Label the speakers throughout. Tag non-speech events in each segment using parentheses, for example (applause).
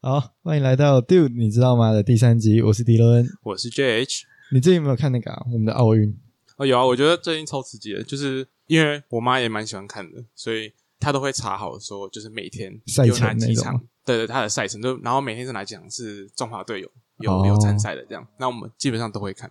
Speaker 1: 好，欢迎来到 Dude，你知道吗的第三集，我是迪伦。
Speaker 2: 我是 JH。
Speaker 1: 你最近有没有看那个、啊、我们的奥运？
Speaker 2: 哦，有啊，我觉得最近超刺激的，就是因为我妈也蛮喜欢看的，所以她都会查好说，就是每天
Speaker 1: 赛
Speaker 2: 有
Speaker 1: 程
Speaker 2: 哪几
Speaker 1: 那种吗
Speaker 2: 场，对对，她的赛程就然后每天是哪几场是中华队友有、
Speaker 1: 哦
Speaker 2: 有参赛的这样，那我们基本上都会看。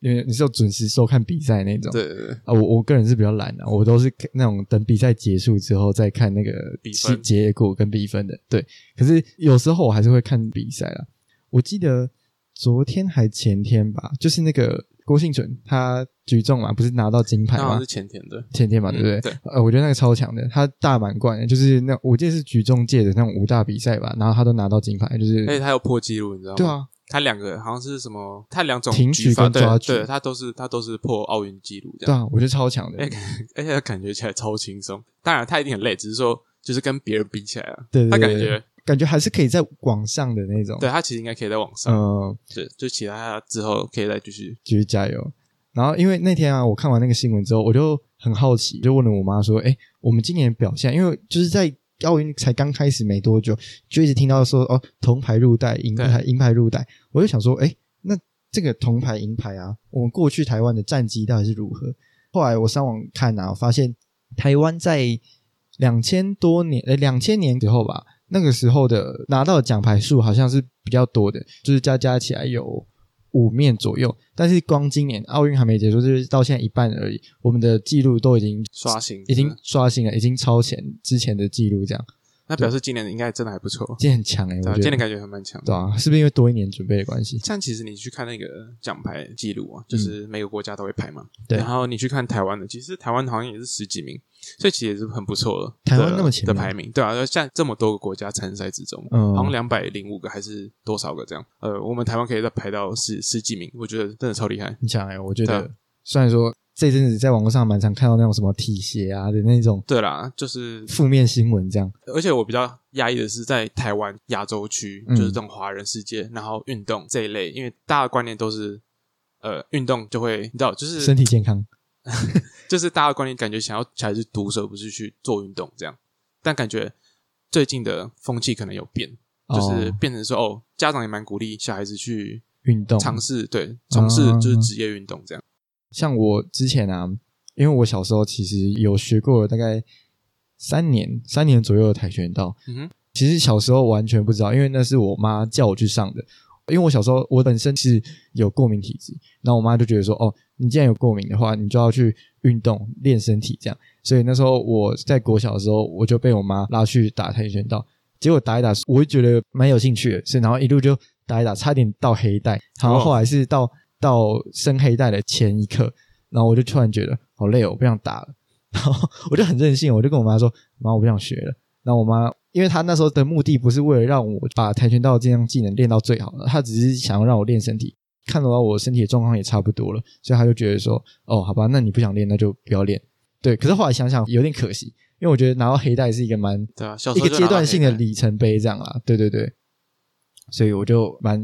Speaker 1: 因为你是要准时收看比赛那种。
Speaker 2: 对对对，
Speaker 1: 啊，我我个人是比较懒的、我都是那种等比赛结束之后再看那个
Speaker 2: 比
Speaker 1: 其
Speaker 2: 分
Speaker 1: 结果跟比分的。对，可是有时候我还是会看比赛啦。我记得昨天还前天吧，就是那个郭幸存他举重嘛，不是拿到金牌
Speaker 2: 那好
Speaker 1: 吗
Speaker 2: 像是？前天的，
Speaker 1: 前天嘛，
Speaker 2: 嗯
Speaker 1: 对不对？
Speaker 2: 对
Speaker 1: 呃，我觉得那个超强的，他大满贯，就是那我记得是举重界的那种五大比赛吧，然后他都拿到金牌，就是
Speaker 2: 而且她有破纪录，你知道吗？
Speaker 1: 对，啊，
Speaker 2: 她两个好像是什么，她两种
Speaker 1: 挺举
Speaker 2: 举法，
Speaker 1: 跟抓
Speaker 2: 对
Speaker 1: 举
Speaker 2: 对，她都是她都是破奥运纪录这
Speaker 1: 对
Speaker 2: 样，
Speaker 1: 啊，我觉得超强的，
Speaker 2: 哎而且她感觉起来超轻松。当然，她一定很累，只是说就是跟别人比起来啊，
Speaker 1: 对对对
Speaker 2: 她感觉
Speaker 1: 感觉还是可以在往上的那种。
Speaker 2: 对，她其实应该可以在网上，
Speaker 1: 嗯，
Speaker 2: 对，就其他之后可以再继续
Speaker 1: 继续加油。然后因为那天啊，我看完那个新闻之后，我就很好奇，就问了我妈说：“哎，我们今年表现，因为就是在奥运才刚开始没多久，就一直听到说哦，铜牌入袋，银呃
Speaker 2: 对
Speaker 1: 牌银牌入袋，我就想说，哎，那这个铜牌银牌啊，我们过去台湾的战绩到底是如何？后来我上网看啊，我发现台湾在两千多年，呃，两千年之后吧，那个时候的拿到的奖牌数好像是比较多的，就是加加起来有五面左右。但是光今年奥运还没结束，就是到现在一半而已，我们的记录都已经
Speaker 2: 刷新，
Speaker 1: 已经
Speaker 2: 是
Speaker 1: 刷新了，已经超前之前的记录，这样
Speaker 2: 那表示今年应该真的还不错，
Speaker 1: 今天很强哎、
Speaker 2: 对、
Speaker 1: 我
Speaker 2: 啊，今
Speaker 1: 觉
Speaker 2: 年
Speaker 1: 得。
Speaker 2: 感觉还蛮强的。
Speaker 1: 对啊，是不是因为多一年准备的关系？
Speaker 2: 像其实你去看那个奖牌记录啊，就是每个国家都会排嘛。
Speaker 1: 嗯对
Speaker 2: 然后你去看台湾的，其实台湾好像也是十几名，所以其实也是很不错了。
Speaker 1: 台湾
Speaker 2: 的
Speaker 1: 那么前面
Speaker 2: 的排名，对啊，像这么多个国家参赛之中，
Speaker 1: 嗯
Speaker 2: 好像两百零五个还是多少个这样？呃，我们台湾可以再排到十十几名，我觉得真的超厉害。
Speaker 1: 很强哎、我觉
Speaker 2: 对啊
Speaker 1: 得虽然说这阵子在网络上蛮常看到那种什么体协啊的那种
Speaker 2: 对啦，就是
Speaker 1: 负面新闻，这样
Speaker 2: 而且我比较压抑的是，在台湾亚洲区，
Speaker 1: 嗯
Speaker 2: 就是这种华人世界，然后运动这一类，因为大家的观念都是，呃，运动就会，你知道，就是
Speaker 1: 身体健康
Speaker 2: 就是大家的观念感觉想要小孩子读书，而不是去做运动这样。但感觉最近的风气可能有变，就是
Speaker 1: 哦
Speaker 2: 变成说，哦，家长也蛮鼓励小孩子去
Speaker 1: 运动
Speaker 2: 尝试，对，从事就是
Speaker 1: 嗯
Speaker 2: 职业运动这样。
Speaker 1: 像我之前啊，因为我小时候其实有学过大概三年、三年左右的跆拳道。
Speaker 2: 嗯哼，
Speaker 1: 其实小时候完全不知道，因为那是我妈叫我去上的。因为我小时候我本身是有过敏体质，然后我妈就觉得说，哦，你既然有过敏的话，你就要去运动练身体这样。所以那时候我在国小的时候，我就被我妈拉去打跆拳道，结果打一打，我就觉得蛮有兴趣的，是然后一路就打一打，差点到黑带，然后
Speaker 2: 哦
Speaker 1: 后来是到到升黑带的前一刻，然后我就突然觉得好累哦，我不想打了，然后我就很任性，我就跟我妈说，妈，我不想学了。 (laughs) 那我妈，因为她那时候的目的不是为了让我把跆拳道这项技能练到最好了，她只是想要让我练身体。看到我身体的状况也差不多了，所以她就觉得说，哦，好吧，那你不想练，那就不要练。对，可是后来想想有点可惜，因为我觉得拿到黑带是一个蛮
Speaker 2: 对啊，小时
Speaker 1: 一
Speaker 2: 候
Speaker 1: 个
Speaker 2: 就
Speaker 1: 阶段性的
Speaker 2: 拿到黑带
Speaker 1: 里程碑这样啦。对对对，所以我就蛮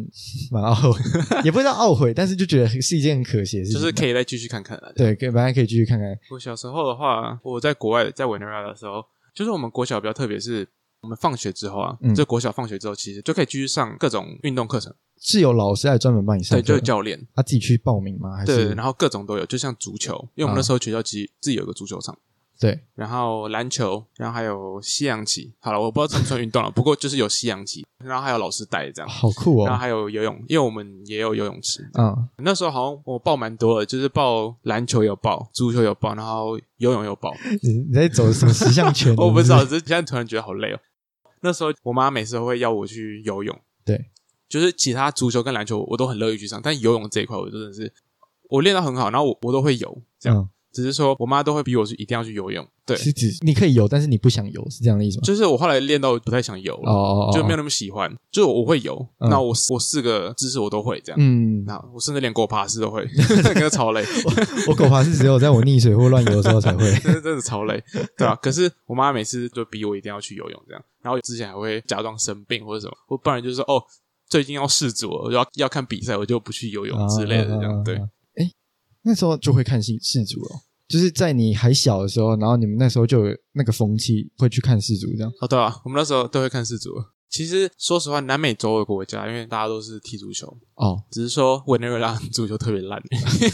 Speaker 1: 蛮懊悔，也不知道懊悔，但是就觉得是一件很可惜的事情
Speaker 2: 就
Speaker 1: 啊。
Speaker 2: 是可以再继续看看了。
Speaker 1: 对，可以本来可以继续看看，
Speaker 2: 我小时候的话，我在国外，在委内瑞拉的时候，就是我们国小比较特别，是我们放学之后啊，
Speaker 1: 嗯
Speaker 2: 就国小放学之后，其实就可以继续上各种运动课程，
Speaker 1: 是有老师来专门帮你上
Speaker 2: 对，
Speaker 1: 课
Speaker 2: 就是
Speaker 1: 的，
Speaker 2: 教练，
Speaker 1: 他自己去报名吗？还是
Speaker 2: 对，然后各种都有，就像足球，因
Speaker 1: 嗯
Speaker 2: 为我们那时候学校其实自己有个足球场，
Speaker 1: 对
Speaker 2: 然后篮球，然后还有西洋棋。好了，我不知道算不算运动了，不过就是有西洋棋，然后还有老师带这样。
Speaker 1: 好酷
Speaker 2: 然后
Speaker 1: 哦，
Speaker 2: 还有游泳，因为我们也有游泳池。
Speaker 1: 嗯，
Speaker 2: 那时候好像我报蛮多的，就是报篮球有报，足球有报，然后游泳有报。？
Speaker 1: 你你在走什么十项圈
Speaker 2: (laughs) 我不知道，，只是现在突然觉得好累哦。那时候我妈每次都会要我去游泳，
Speaker 1: 对，
Speaker 2: 就是其他足球跟篮球我都很乐意去上，但游泳这一块我真的是我练到很好，然后我我都会游，这样、
Speaker 1: 嗯，
Speaker 2: 只是说我妈都会逼我去一定要去游泳，对，
Speaker 1: 是指你可以游，但是你不想游，是这样的意思吗？
Speaker 2: 就是我后来练到不太想游了，
Speaker 1: 哦哦哦，
Speaker 2: 就没有
Speaker 1: 有，
Speaker 2: 那么喜欢，就是我会游，
Speaker 1: 嗯
Speaker 2: 那我我四个姿势我都会这样。
Speaker 1: 嗯， (laughs)
Speaker 2: 那我甚至连狗爬式都会， (laughs) 那个超累，
Speaker 1: 我狗爬是只有在我溺水或乱游的时候才
Speaker 2: (laughs)
Speaker 1: 会
Speaker 2: 真的真的超累，对啊，可是我妈每次就逼我一定要去游泳这样，然后之前还会假装生病或者什么，或不然就是说哦，最近要试足了，我就要要看比赛，我就不去游泳之类的这样。。对
Speaker 1: 啊啊啊啊哎、那时候就会看世世足哦，就是在你还小的时候，然后你们那时候就有那个风气，会去看世足这样。
Speaker 2: 哦，对啊，我们那时候都会看世足，其实说实话，南美洲的国家，因为大家都是踢足球，
Speaker 1: 哦，
Speaker 2: 只是说委内瑞拉足球特别烂。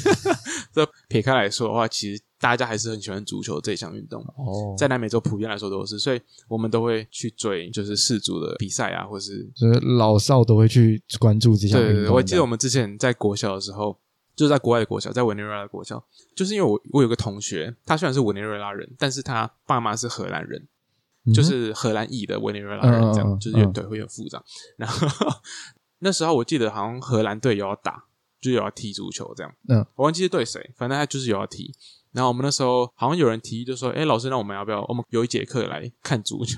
Speaker 2: (laughs) 这撇开来说的话，其实大家还是很喜欢足球这一项运动，
Speaker 1: 哦，
Speaker 2: 在南美洲普遍来说都是，所以我们都会去追就是世足的比赛啊，或是
Speaker 1: 就是老少都会去关注这项
Speaker 2: 对
Speaker 1: 运
Speaker 2: 对
Speaker 1: 动
Speaker 2: 对，
Speaker 1: 的。
Speaker 2: 我记得我们之前在国小的时候，就是在国外的国小，在委内瑞拉的国小，就是因为我我有个同学，他虽然是委内瑞拉人，但是他爸妈是荷兰人，
Speaker 1: 嗯
Speaker 2: 就是荷兰裔的委内瑞拉人，这
Speaker 1: 嗯
Speaker 2: 样、
Speaker 1: 嗯嗯
Speaker 2: 就是有
Speaker 1: 嗯
Speaker 2: 对会有复杂。然后那时候我记得好像荷兰队有要打，就有要踢足球这样，
Speaker 1: 嗯，
Speaker 2: 我忘记是对谁，反正他就是有要踢。然后我们那时候好像有人提议，就说：“哎，老师，那我们要不要我们有一节课来看足球，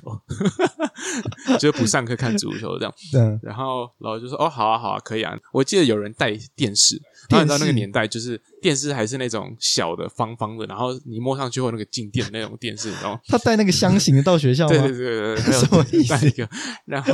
Speaker 2: (laughs) 就是不上课看足球这样？”
Speaker 1: 嗯
Speaker 2: 然后老师就说：“哦，好啊，好啊，可以啊。”我记得有人带电视，然后你知道那个年代就是电视还是那种小的方方的，然后你摸上去会有那个静电的那种电视，然
Speaker 1: (laughs)
Speaker 2: 后
Speaker 1: 他带那个箱型的到学校吗？
Speaker 2: (laughs) 对
Speaker 1: (laughs)
Speaker 2: 对对对对，还有
Speaker 1: 啊什么意思
Speaker 2: 带一个，然后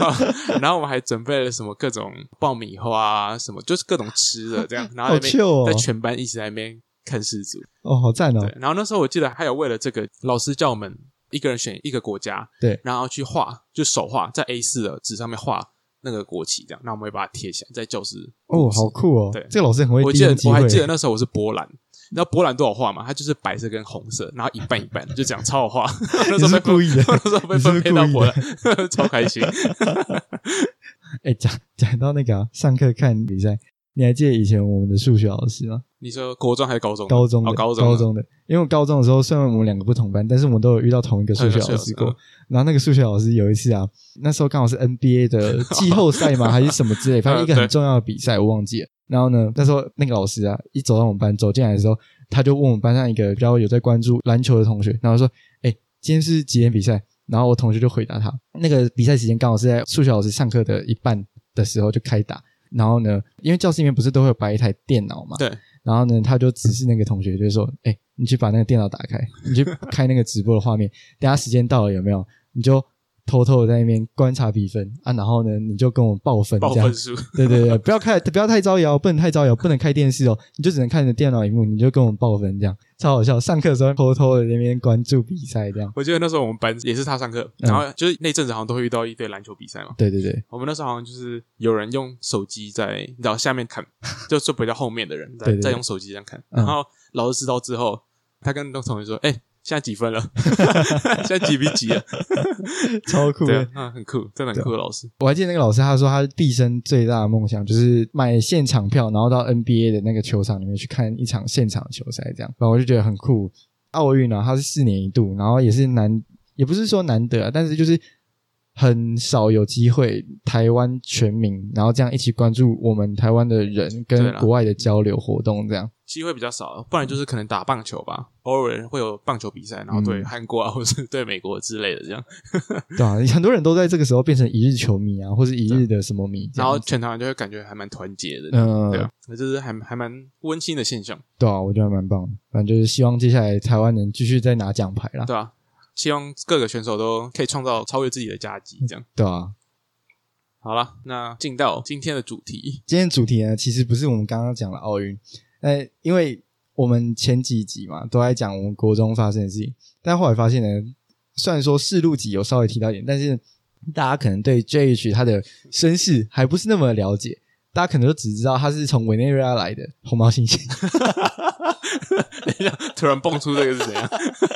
Speaker 2: 然后我们还准备了什么各种爆米花、啊、什么，就是各种吃
Speaker 1: (laughs)
Speaker 2: 的这样，然后在那边、
Speaker 1: 好 chill 哦
Speaker 2: 在全班一起在那边看世足。
Speaker 1: 哦，好赞哦
Speaker 2: 对！，然后那时候我记得还有为了这个，老师叫我们一个人选一个国家，
Speaker 1: 对
Speaker 2: 然后去画，就手画在 A 四的纸上面画那个国旗，这样，那我们会把它贴起来，在教室。
Speaker 1: 哦，好酷哦！
Speaker 2: 对
Speaker 1: 这个老师很会
Speaker 2: 我
Speaker 1: 利
Speaker 2: 记得
Speaker 1: 用机
Speaker 2: 我
Speaker 1: 会。
Speaker 2: 还记得那时候我是波兰。你知道波兰多少画吗？它就是白色跟红色，然后一半一半，就这样超好
Speaker 1: (laughs)
Speaker 2: 画。那
Speaker 1: 你
Speaker 2: 时候
Speaker 1: 是
Speaker 2: 被分 (laughs)
Speaker 1: 故意的
Speaker 2: 那时候被分配到波兰， (laughs) 超开心。
Speaker 1: 哎，讲讲到那个啊上课看比赛，你还记得以前我们的数学老师吗？
Speaker 2: 你说国中还是高中？
Speaker 1: 高中的
Speaker 2: 哦，高中
Speaker 1: 中
Speaker 2: 的，
Speaker 1: 的，因为我高中的时候虽然我们两个不同班，但是我们都有遇到同一个数
Speaker 2: (laughs)
Speaker 1: 学老师
Speaker 2: 同一个数学老
Speaker 1: 过
Speaker 2: 师。
Speaker 1: 然后那个数学老师有一次啊，那时候刚好是 NBA
Speaker 2: (laughs)
Speaker 1: 的季后赛嘛，还是什么之
Speaker 2: 嗯
Speaker 1: 类，反正一个很
Speaker 2: 对
Speaker 1: 重要的比赛，我忘记了。然后呢，那时候那个老师啊，一走到我们班走进来的时候，他就问我们班上一个比较有在关注篮球的同学，然后说：“哎、今天是几点比赛？”然后我同学就回答他，那个比赛时间刚好是在数学老师上课的一半的时候就开打。然后呢，因为教室里面不是都会有摆一台电脑嘛，
Speaker 2: 对，
Speaker 1: 然后呢，他就指示那个同学，就说：“哎、你去把那个电脑打开， (laughs) 你去开那个直播的画面。等下时间到了有没有？你就偷偷的在那边观察比分啊，然后呢，你就跟我报分
Speaker 2: 报
Speaker 1: 这样
Speaker 2: 分。数。
Speaker 1: 对对 (laughs) 对，不要开，不要太招摇，不能太招摇，不能开电视哦，你就只能看着电脑荧幕，你就跟我们报分这样，超好笑。上课的时候偷偷的在那边关注比赛这样。
Speaker 2: 我记得那时候我们班也是他上课，
Speaker 1: 嗯
Speaker 2: 然后就是那阵子好像都会遇到一堆篮球比赛嘛。
Speaker 1: 对
Speaker 2: (laughs)
Speaker 1: 对对
Speaker 2: 我们那时候好像就是有人用手机在你知道下面看，就坐比较后面的人在
Speaker 1: 对对对
Speaker 2: 在用手机这样看，
Speaker 1: 嗯
Speaker 2: 然后老师知道之后，他跟同学说：“哎、现在几分了？ (laughs) 现在几比几了
Speaker 1: (laughs) 超？”酷
Speaker 2: 对
Speaker 1: 的
Speaker 2: 啊，！嗯，很酷，真的很酷的
Speaker 1: 啊
Speaker 2: 老师。
Speaker 1: 我还记得那个老师，他说他毕生最大的梦想就是买现场票，然后到 NBA 的那个球场里面去看一场现场球赛，这样，然后我就觉得很酷。啊奥运呢，它是四年一度，然后也是难，也不是说难得啊，但是就是很少有机会台湾全民，然后这样一起关注我们台湾的人
Speaker 2: 对
Speaker 1: 跟
Speaker 2: 啦
Speaker 1: 国外的交流活动，这样。
Speaker 2: 机会比较少，啊不然就是可能打棒球吧，偶尔会有棒球比赛，然后对
Speaker 1: 嗯
Speaker 2: 韩国啊，或是对美国之类的这
Speaker 1: (laughs)
Speaker 2: 样，
Speaker 1: 对啊，很多人都在这个时候变成一日球迷啊，或是一日的什么迷，这
Speaker 2: 然
Speaker 1: 样
Speaker 2: 后全台湾就会感觉还蛮团结的，
Speaker 1: 嗯
Speaker 2: 对啊，那这是还还蛮温馨的现象，
Speaker 1: 对啊，我觉得还蛮棒的。反正就是希望接下来台湾能继续再拿奖牌啦。
Speaker 2: 对啊，希望各个选手都可以创造超越自己的佳绩，这样。
Speaker 1: 对啊，
Speaker 2: 好了，那进到今天的主题， (laughs)
Speaker 1: 今天主题呢，其实不是我们刚刚讲的奥运，呃，因为我们前几集嘛都在讲我们国中发生的事情，但后来发现呢，虽然说试录集有稍微提到一点，但是大家可能对 JH 他的身世还不是那么了解，大家可能都只知道他是从委内瑞拉来的红毛猩猩， (laughs)
Speaker 2: 突然蹦出这个是怎样？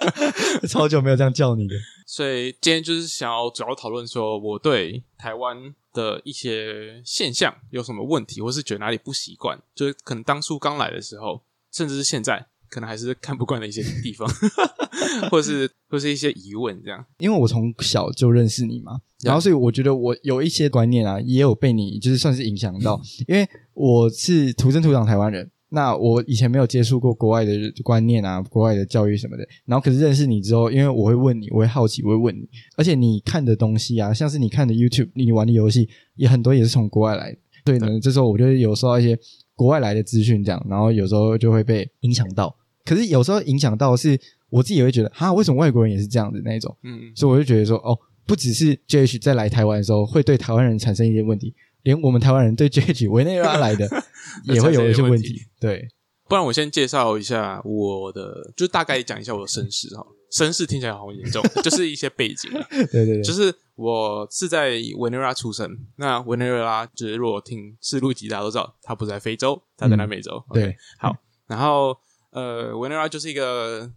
Speaker 2: (laughs)
Speaker 1: 超久没有这样叫你的。
Speaker 2: 所以今天就是想要主要讨论说我对台湾的一些现象有什么问题，或是觉得哪里不习惯，就是可能当初刚来的时候，甚至是现在，可能还是看不惯的一些地方， (laughs) 或是或是一些疑问这样。
Speaker 1: 因为我从小就认识你嘛，
Speaker 2: 对
Speaker 1: 然后所以我觉得我有一些观念啊，也有被你就是算是影响到，因为我是土生土长台湾人，那我以前没有接触过国外的观念啊，国外的教育什么的，然后可是认识你之后，因为我会问你，我会好奇，我会问你，而且你看的东西啊，像是你看的 YouTube，你玩的游戏也很多也是从国外来的，所以呢，这时候我就有收到一些国外来的资讯，这样，然后有时候就会被影响到，可是有时候影响到是我自己也会觉得，哈，为什么外国人也是这样子那一种。
Speaker 2: 嗯，
Speaker 1: 所以我就觉得说，哦，不只是 JH 在来台湾的时候会对台湾人产生一些问题，连我们台湾人对 JH 委内瑞拉来
Speaker 2: (laughs)
Speaker 1: 的也会有一些问
Speaker 2: 产生一些问
Speaker 1: 题。对，
Speaker 2: 不然我先介绍一下我的，就大概讲一下我的身世哈。绅士听起来好严重，就是一些背景啊，
Speaker 1: 对对对，
Speaker 2: 就是我是在委内瑞拉出生，那委内瑞拉就是如果听世路集大家都知道，它不是在非洲，它在南美洲。
Speaker 1: 嗯对
Speaker 2: OK，好，然后呃，委内瑞拉就是一个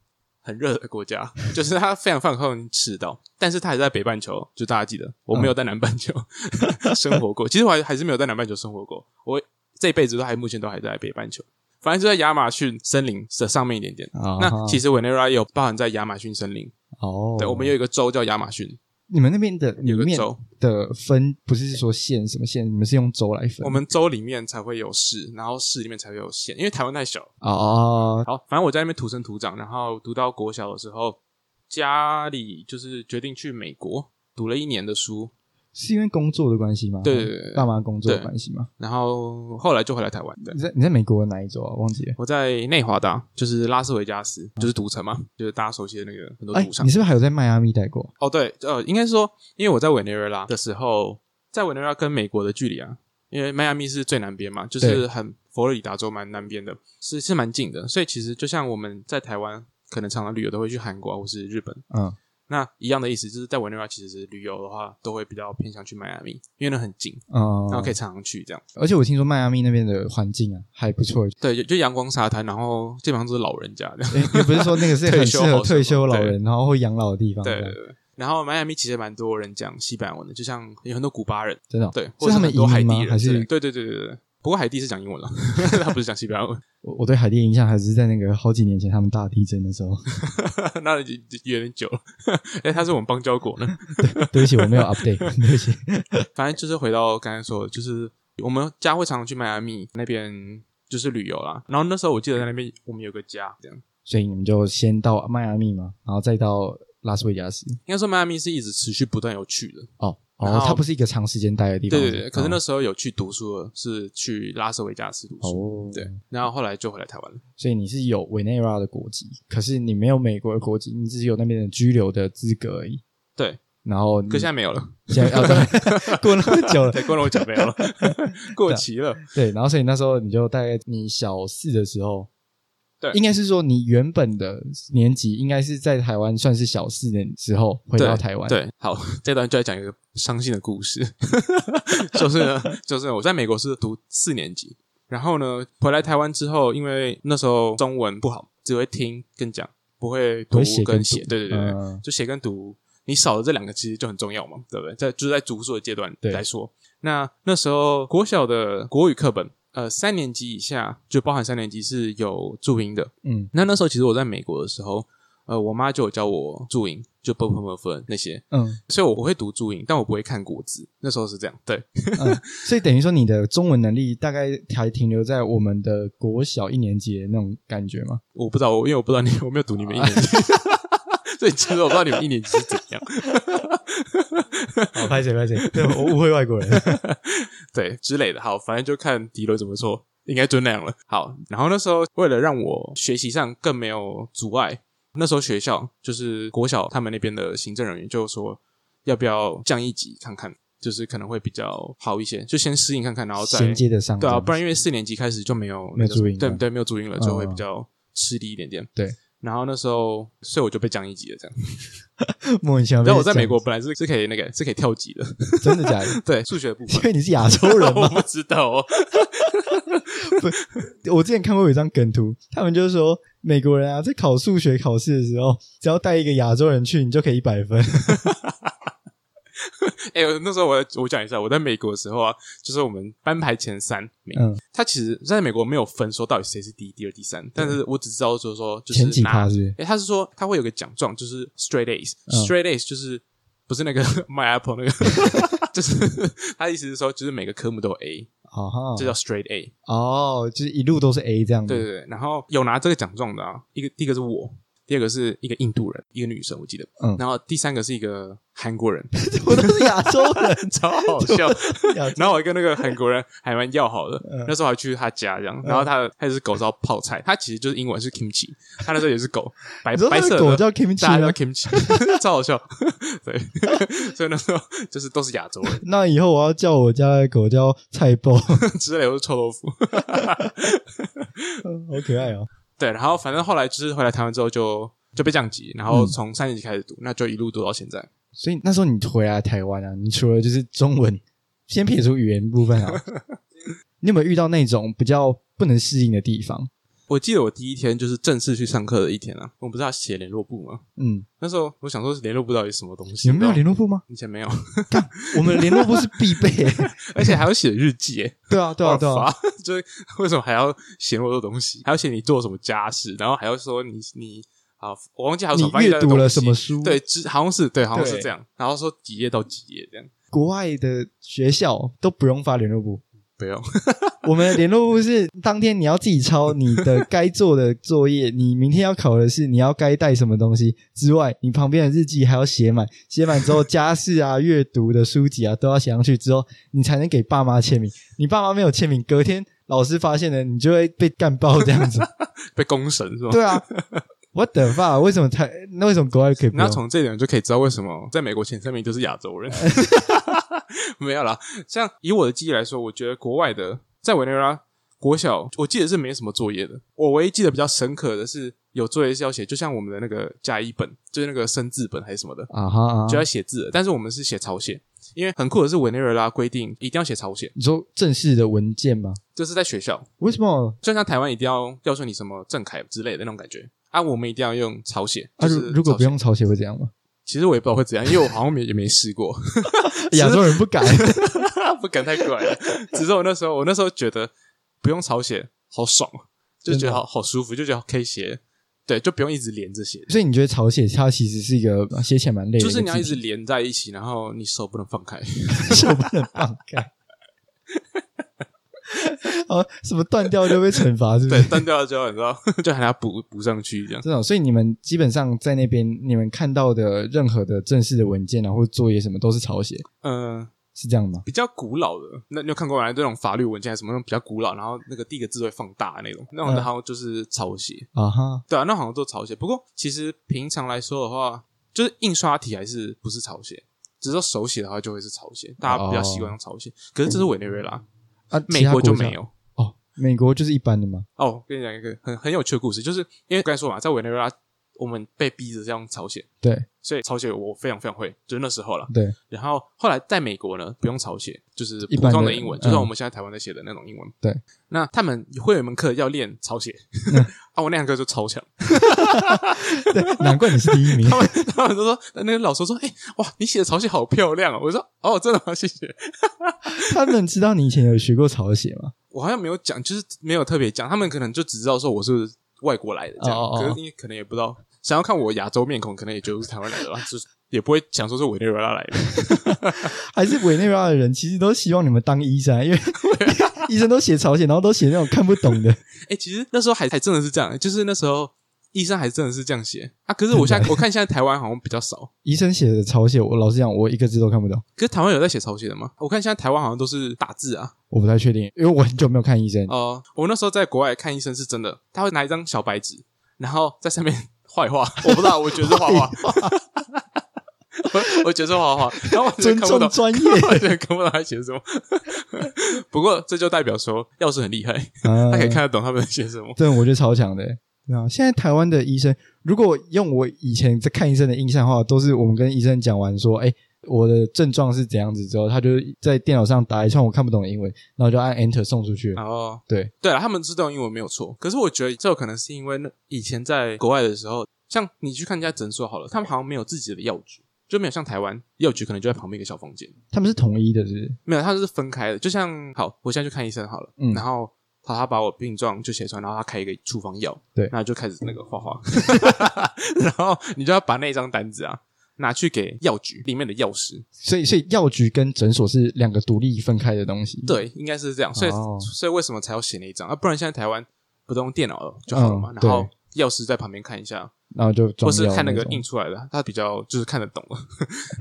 Speaker 2: 很热的国家， (laughs) 就是它非常非常靠近赤道，但是它还是在北半球，就大家记得我没有在南半
Speaker 1: (laughs)
Speaker 2: 球生活过，其实我还还是没有在南半球生活过，我这一辈子都还目前都还在北半球。反正就在亚马逊森林的上面一点点。
Speaker 1: 啊
Speaker 2: 那其实委内瑞拉也有包含在亚马逊森林，
Speaker 1: 哦，
Speaker 2: 对，我们有一个州叫亚马逊，
Speaker 1: 你们那边的里
Speaker 2: 有个
Speaker 1: 面
Speaker 2: 州，
Speaker 1: 的分不是说县什么县，你们是用州来分？
Speaker 2: 我们州里面才会有市，然后市里面才会有县，因为台湾太小了。
Speaker 1: 哦哦
Speaker 2: 好，反正我在那边土生土长，然后读到国小的时候，家里就是决定去美国读了一年的书，
Speaker 1: 是因为工作的关系吗？
Speaker 2: 对对对对
Speaker 1: 爸妈工作的关系吗？
Speaker 2: 然后后来就回来台湾。对
Speaker 1: 你，在你在美国的哪一州啊？忘记了。
Speaker 2: 我在内华达，就是拉斯维加斯，就是赌城嘛，就是大家熟悉的那个很多
Speaker 1: 哎
Speaker 2: 赌，场
Speaker 1: 你。是不是还有在迈阿密待过？
Speaker 2: 哦，对，呃，应该是说，因为我在委内瑞拉的时候，在委内瑞拉跟美国的距离啊，因为迈阿密是最南边嘛，就
Speaker 1: 对
Speaker 2: 是很佛罗里达州蛮南边的，是是蛮近的，所以其实就像我们在台湾，可能常常旅游都会去韩国啊或是日本，
Speaker 1: 嗯，
Speaker 2: 那一样的意思，就是在委内瑞拉其实旅游的话，都会比较偏向去迈阿密，因为那很近，
Speaker 1: 哦、
Speaker 2: 然后可以常常去这样。
Speaker 1: 而且我听说迈阿密那边的环境啊还不错，
Speaker 2: 对，就就阳光沙滩，然后基本上都是老人家这样。 (laughs)
Speaker 1: 诶也不是说那个是很
Speaker 2: 退
Speaker 1: 适
Speaker 2: 休
Speaker 1: 合
Speaker 2: 好什么
Speaker 1: 退休老人然后会养老的地方，
Speaker 2: 对
Speaker 1: 这
Speaker 2: 对
Speaker 1: 样
Speaker 2: 对。然后迈阿密其实蛮多人讲西班牙文的，就像有很多古巴人，
Speaker 1: 真的哦、
Speaker 2: 对，
Speaker 1: 是
Speaker 2: 或者
Speaker 1: 他们
Speaker 2: 很多
Speaker 1: 移
Speaker 2: 海
Speaker 1: 民吗
Speaker 2: 地？人
Speaker 1: 还
Speaker 2: 之类
Speaker 1: 是
Speaker 2: 的，对对对对对对。不过海地是讲英文了， (laughs) 他不是讲西班牙文， (laughs)
Speaker 1: 我我对海地的印象还是在那个好几年前他们大地震的时候。 (laughs)
Speaker 2: 那有点久了。哎，他是我们邦交国呢。
Speaker 1: 对不起，我没有 update，对不起。
Speaker 2: 反正就是回到刚才说的，就是我们家会常常去迈阿密那边就是旅游啦。然后那时候我记得在那边我们有个家，这样
Speaker 1: 所以你们就先到迈阿密嘛，然后再到拉斯维加斯。
Speaker 2: 应该说迈阿密是一直持续不断有去的。
Speaker 1: 哦
Speaker 2: 然
Speaker 1: 哦，
Speaker 2: 后
Speaker 1: 它不是一个长时间待的地方。
Speaker 2: 对对对，可是那
Speaker 1: 哦
Speaker 2: 时候有去读书的是去拉斯维加斯读书，
Speaker 1: 哦，
Speaker 2: 对，，然后后来就回来台湾了。
Speaker 1: 所以你是有委内瑞拉的国籍，可是你没有美国的国籍，你只有那边的居留的资格而已。
Speaker 2: 对，
Speaker 1: 然后
Speaker 2: 可
Speaker 1: 你
Speaker 2: 现在没有了，
Speaker 1: 现在啊，
Speaker 2: (laughs)
Speaker 1: 对，过了那么久了，
Speaker 2: 对，过了我讲没
Speaker 1: (laughs)
Speaker 2: 有了，过期了。
Speaker 1: 对，然后所以那时候你就大概你小四的时候，
Speaker 2: 对
Speaker 1: 应该是说你原本的年级应该是在台湾算是小四的时候回到
Speaker 2: 对
Speaker 1: 台湾，
Speaker 2: 对，好，这段就要讲一个伤心的故事， (laughs) 就是呢，就是呢我在美国是读四年级，然后呢回来台湾之后，因为那时候中文不好，只会听跟讲，不会
Speaker 1: 不
Speaker 2: 读
Speaker 1: 会写跟
Speaker 2: 跟
Speaker 1: 读
Speaker 2: 写，对对对对，
Speaker 1: 嗯
Speaker 2: 就写跟读，你少了这两个其实就很重要嘛，对不对？在就是在读书的阶段
Speaker 1: 对
Speaker 2: 来说，那那时候国小的国语课本。呃，三年级以下就包含三年级是有注音的。
Speaker 1: 嗯
Speaker 2: 那那时候其实我在美国的时候，呃，我妈就有教我注音，就 b b b 那些。
Speaker 1: 嗯
Speaker 2: 所以我会读注音，但我不会看国字。那时候是这样，对
Speaker 1: 嗯，所以等于说你的中文能力大概还停留在我们的国小一年级的那种感觉吗？
Speaker 2: 我不知道，我因为我不知道你， (laughs) 我没有读你们一年级，所以其实我不知道你们一年级是怎样。
Speaker 1: (laughs) 哦，拍谁拍 (laughs) 谁，对我误会外国人。
Speaker 2: 对之类的。好，反正就看迪伦怎么说，应该就那样了。好，然后那时候为了让我学习上更没有阻碍，那时候学校就是国小他们那边的行政人员就说，要不要降一级看看，就是可能会比较好一些，就先适应看
Speaker 1: (laughs)
Speaker 2: 看，然后再
Speaker 1: 衔接得上
Speaker 2: 对
Speaker 1: 这
Speaker 2: 啊，
Speaker 1: 样子
Speaker 2: 不然因为四年级开始就没有
Speaker 1: 没有注音
Speaker 2: 对
Speaker 1: 了
Speaker 2: 对，没有注音了，
Speaker 1: 嗯
Speaker 2: 就会比较吃力一点点。
Speaker 1: 对。
Speaker 2: 然后那时候，所以我就被降一级了，这
Speaker 1: (laughs)
Speaker 2: 样。
Speaker 1: 莫名其妙
Speaker 2: 你
Speaker 1: 啊被讲。
Speaker 2: 知道我在美国本来是是可以那个是可以跳级的， (laughs)
Speaker 1: 真的假的？ (laughs)
Speaker 2: 对数学的部
Speaker 1: 因
Speaker 2: 分。
Speaker 1: 为你是亚洲人
Speaker 2: 我 (laughs)
Speaker 1: 嘛，
Speaker 2: 不知道哦，
Speaker 1: 我之前看过有一张梗图，他们就是说美国人啊，在考数学考试的时候，只要带一个亚洲人去，你就可以一百分。
Speaker 2: 哎、我那时候我我讲一下，我在美国的时候啊，就是我们班排前三名，
Speaker 1: 嗯，
Speaker 2: 他其实在美国没有分说到底谁是第一、第二、第三，但是我只知道就是说就是
Speaker 1: 前几
Speaker 2: 拿
Speaker 1: 趴是不是？
Speaker 2: 诶，他是说他会有个奖状，就是 straight A's、
Speaker 1: 嗯
Speaker 2: straight A's 就是不是那个 (laughs) my apple 那个，就是他的意思是说，就是每个科目都有 A，
Speaker 1: 哦哈，
Speaker 2: 这叫 straight A。
Speaker 1: 哦，就是一路都是 A 这样
Speaker 2: 对
Speaker 1: 的。
Speaker 2: 对对，然后有拿这个奖状的啊，一个第一个是我，第二个是一个印度人，一个女生我记得，
Speaker 1: 嗯
Speaker 2: 然后第三个是一个韩国人，
Speaker 1: (laughs) 我都是亚洲人， (laughs)
Speaker 2: (laughs) 超好笑。
Speaker 1: 亚洲
Speaker 2: 然后我跟那个韩国人还蛮要好的，
Speaker 1: 嗯
Speaker 2: 那时候还去他家这样，然后他他也是狗叫泡菜，他其实就是英文是 kimchi，他那时候也是狗，白
Speaker 1: 你说
Speaker 2: 白
Speaker 1: 那
Speaker 2: 色
Speaker 1: 个
Speaker 2: 的
Speaker 1: 狗叫 kimchi
Speaker 2: 大家
Speaker 1: 吗
Speaker 2: 叫？kimchi，超好 (laughs) 笑，对， (laughs) 所以那时候就是都是亚洲人 (laughs)
Speaker 1: 那以后我要叫我家的狗叫菜包， (laughs)
Speaker 2: 之类，我是臭豆腐，
Speaker 1: 好可爱哦。哦
Speaker 2: 对，然后反正后来就是回来台湾之后就就被降级，然后从三年级开始读，那就一路读到现在。
Speaker 1: 所以那时候你回来台湾啊，你除了就是中文，先撇除语言部分
Speaker 2: (laughs)
Speaker 1: 啊，你有没有遇到那种比较不能适应的地方？
Speaker 2: 我记得我第一天就是正式去上课的一天啊，我们不是要写联络簿吗？
Speaker 1: 嗯，
Speaker 2: 那时候我想说联络簿到底是什么东西？
Speaker 1: 你们没有
Speaker 2: 你知道
Speaker 1: 联络部吗？
Speaker 2: 以前没有，
Speaker 1: 我们联络部是必备、 (laughs)
Speaker 2: 而且还要写日记耶，
Speaker 1: 对啊，对啊，对
Speaker 2: 我
Speaker 1: 啊，
Speaker 2: 很烦 (laughs) 就是为什么还要写那么多东西？还要写你做什么家事，然后还要说你你啊，我忘记还有什么
Speaker 1: 你
Speaker 2: 翻译
Speaker 1: 阅
Speaker 2: 到的
Speaker 1: 读了
Speaker 2: 东西
Speaker 1: 什么书？
Speaker 2: 对，，之好像是对，好像是
Speaker 1: 对
Speaker 2: 这样。然后说几页到几页这样，
Speaker 1: 国外的学校都不用发联络部，
Speaker 2: 不用。 (laughs)
Speaker 1: 我们的联络部是当天你要自己抄你的该做的作业，你明天要考的是你要该带什么东西之外，你旁边的日记还要写满，写满之后家事啊、阅读的书籍啊都要写上去之后，你才能给爸妈签名。你爸妈没有签名，隔天老师发现了，你就会被干爆这
Speaker 2: (laughs)
Speaker 1: 样子。
Speaker 2: 被公审是吗？
Speaker 1: 对啊，What the fuck？为什么台那为什么国外可以不
Speaker 2: 那
Speaker 1: 用？
Speaker 2: 从这点就可以知道为什么在美国前三名都是亚洲人。 (laughs) 没有啦，像以我的记忆来说，我觉得国外的在委内瑞拉国小，我记得是没什么作业的。我唯一记得比较深刻的是有作业是要写，就像我们的那个加一本，就是那个生字本还是什么的，
Speaker 1: 啊哈啊哈
Speaker 2: 就要写字的。但是我们是写草写，因为很酷的是委内瑞拉规定一定要写草写，
Speaker 1: 你说正式的文件吗？
Speaker 2: 这是在学校，
Speaker 1: 为什么？
Speaker 2: 就像台湾一定要要求你什么正楷之类的那种感觉啊，我们一定要用草写。
Speaker 1: 啊，
Speaker 2: 就
Speaker 1: 如
Speaker 2: 是
Speaker 1: 如果
Speaker 2: 草
Speaker 1: 不
Speaker 2: 写
Speaker 1: 用抄写会怎样
Speaker 2: (laughs)
Speaker 1: 吗？
Speaker 2: 其实我也不知道会怎样，因为我好像也也没试过，
Speaker 1: 亚洲人不敢。
Speaker 2: (laughs) 不敢太怪了。只是我那时候，我那时候觉得不用草写好爽，啊就觉得好好舒服，就觉得可以写，对，就不用一直连着写，
Speaker 1: 所以你觉得草写它其实是一个呃写起来蛮累的，
Speaker 2: 就是你要一直连在一起，然后你手不能放开。
Speaker 1: (laughs) 手不能放开。 (laughs) 啊，什么断掉就被惩罚，是不
Speaker 2: 对
Speaker 1: 是？，
Speaker 2: 断掉了之后，你知道， (laughs) 就喊他补补上去这样。
Speaker 1: 这种，所以你们基本上在那边，你们看到的任何的正式的文件啊，或者作业什么，都是草写，
Speaker 2: 嗯、
Speaker 1: 是这样吗？
Speaker 2: 比较古老的，那你有看过来这种法律文件还是什么那种比较古老，然后那个第一个字会放大的那种，那种的
Speaker 1: 嗯
Speaker 2: 好像就是草写。
Speaker 1: 啊哈，
Speaker 2: 对啊，那好像都草写。不过其实平常来说的话，就是印刷体还是不是草写，只是说手写的话就会是草写，大家比较习惯用草写。可是这是委内瑞拉，
Speaker 1: 啊，哦
Speaker 2: 美
Speaker 1: 其他
Speaker 2: 国
Speaker 1: 国
Speaker 2: 就
Speaker 1: 家
Speaker 2: 没有。
Speaker 1: 哦，美国就是一般的嘛。
Speaker 2: 哦，我跟你讲一个很很有趣的故事，就是因为刚才说嘛，在委内瑞拉我们被逼着这样草写，
Speaker 1: 对
Speaker 2: 所以草写我非常非常会，就是那时候了。
Speaker 1: 对，
Speaker 2: 然后后来在美国呢，不用草写，就是
Speaker 1: 一
Speaker 2: 普
Speaker 1: 般的
Speaker 2: 通的英文，就
Speaker 1: 嗯
Speaker 2: 像我们现在台湾在写的那种英文。
Speaker 1: 对，
Speaker 2: 那他们会有一门课要练
Speaker 1: (laughs)
Speaker 2: 草写，啊，我那堂课就超强。
Speaker 1: 对，难怪你是第一名
Speaker 2: (laughs) 他们他们都说，那个老师说，哎、哇，你写的草写好漂亮哦！我说，哦，真的吗？谢谢。
Speaker 1: 他们知道你以前有学过草写吗？
Speaker 2: 我好像没有讲，就是没有特别讲，他们可能就只知道说我是外国来的这样，
Speaker 1: 哦哦哦
Speaker 2: 可是你可能也不知道，想要看我亚洲面孔，可能也觉得是台湾来的吧，就是也不会想说是委内瑞拉来
Speaker 1: (laughs)
Speaker 2: 的。
Speaker 1: 还是委内瑞拉的人其实都希望你们当医生啊，因为 (laughs) 医生都写朝鲜，然后都写那种看不懂的。
Speaker 2: 哎、其实那时候还还真的是这样，就是那时候医生还真的是这样写啊。可是我
Speaker 1: (laughs)
Speaker 2: 现在我看现在台湾好像比较少，
Speaker 1: 医生写的朝鲜，我老实讲，我一个字都看不懂，
Speaker 2: 可是台湾有在写草写的吗？我看现在台湾好像都是打字啊。
Speaker 1: 我不太确定，因为我很久没有看医生。
Speaker 2: (laughs) 哦、我那时候在国外看医生是真的，他会拿一张小白纸，然后在上面 (laughs) 画一画，我不知道，我觉得是画
Speaker 1: (laughs)
Speaker 2: 画，我我觉得是画画，然后我真
Speaker 1: 尊
Speaker 2: 的看不
Speaker 1: 重
Speaker 2: 懂，
Speaker 1: 专业
Speaker 2: 我觉得看不懂他写的什么。不过这就代表说，药师很厉害，
Speaker 1: 啊
Speaker 2: 他可以看得懂他们在写什么。
Speaker 1: 这我觉得超强的。对啊，现在台湾的医生，如果用我以前在看医生的印象的话，都是我们跟医生讲完说，哎，我的症状是怎样子之后，他就在电脑上打一串我看不懂的英文，然后就按 Enter 送出去。
Speaker 2: 然后，
Speaker 1: 对
Speaker 2: 对了，他们知道英文没有错，可是我觉得这有可能是因为那以前在国外的时候，像你去看人家诊所好了，他们好像没有自己的药局，就没有像台湾药局可能就在旁边一个小房间。
Speaker 1: 他们是统一的，是不是？
Speaker 2: 没有，它就是分开的。就像好，我现在去看医生好了，
Speaker 1: 嗯
Speaker 2: 然后好，他把我病状就写出来，然后他开一个处方药，
Speaker 1: 对
Speaker 2: 那就开始那个画 (laughs) 画，然后你就要把那张单子啊拿去给药局里面的药师，
Speaker 1: 所以，所以药局跟诊所是两个独立分开的东西。
Speaker 2: 对，应该是这样。所以、
Speaker 1: 哦
Speaker 2: 所以为什么才要写那一张啊？不然现在台湾不都用电脑了就好了嘛，
Speaker 1: 嗯
Speaker 2: 然后。药师在旁边看一下，
Speaker 1: 然后就
Speaker 2: 或
Speaker 1: 装
Speaker 2: 是
Speaker 1: 药
Speaker 2: 看那个
Speaker 1: 种
Speaker 2: 印出来的，他比较就是看得懂
Speaker 1: (laughs)
Speaker 2: 了，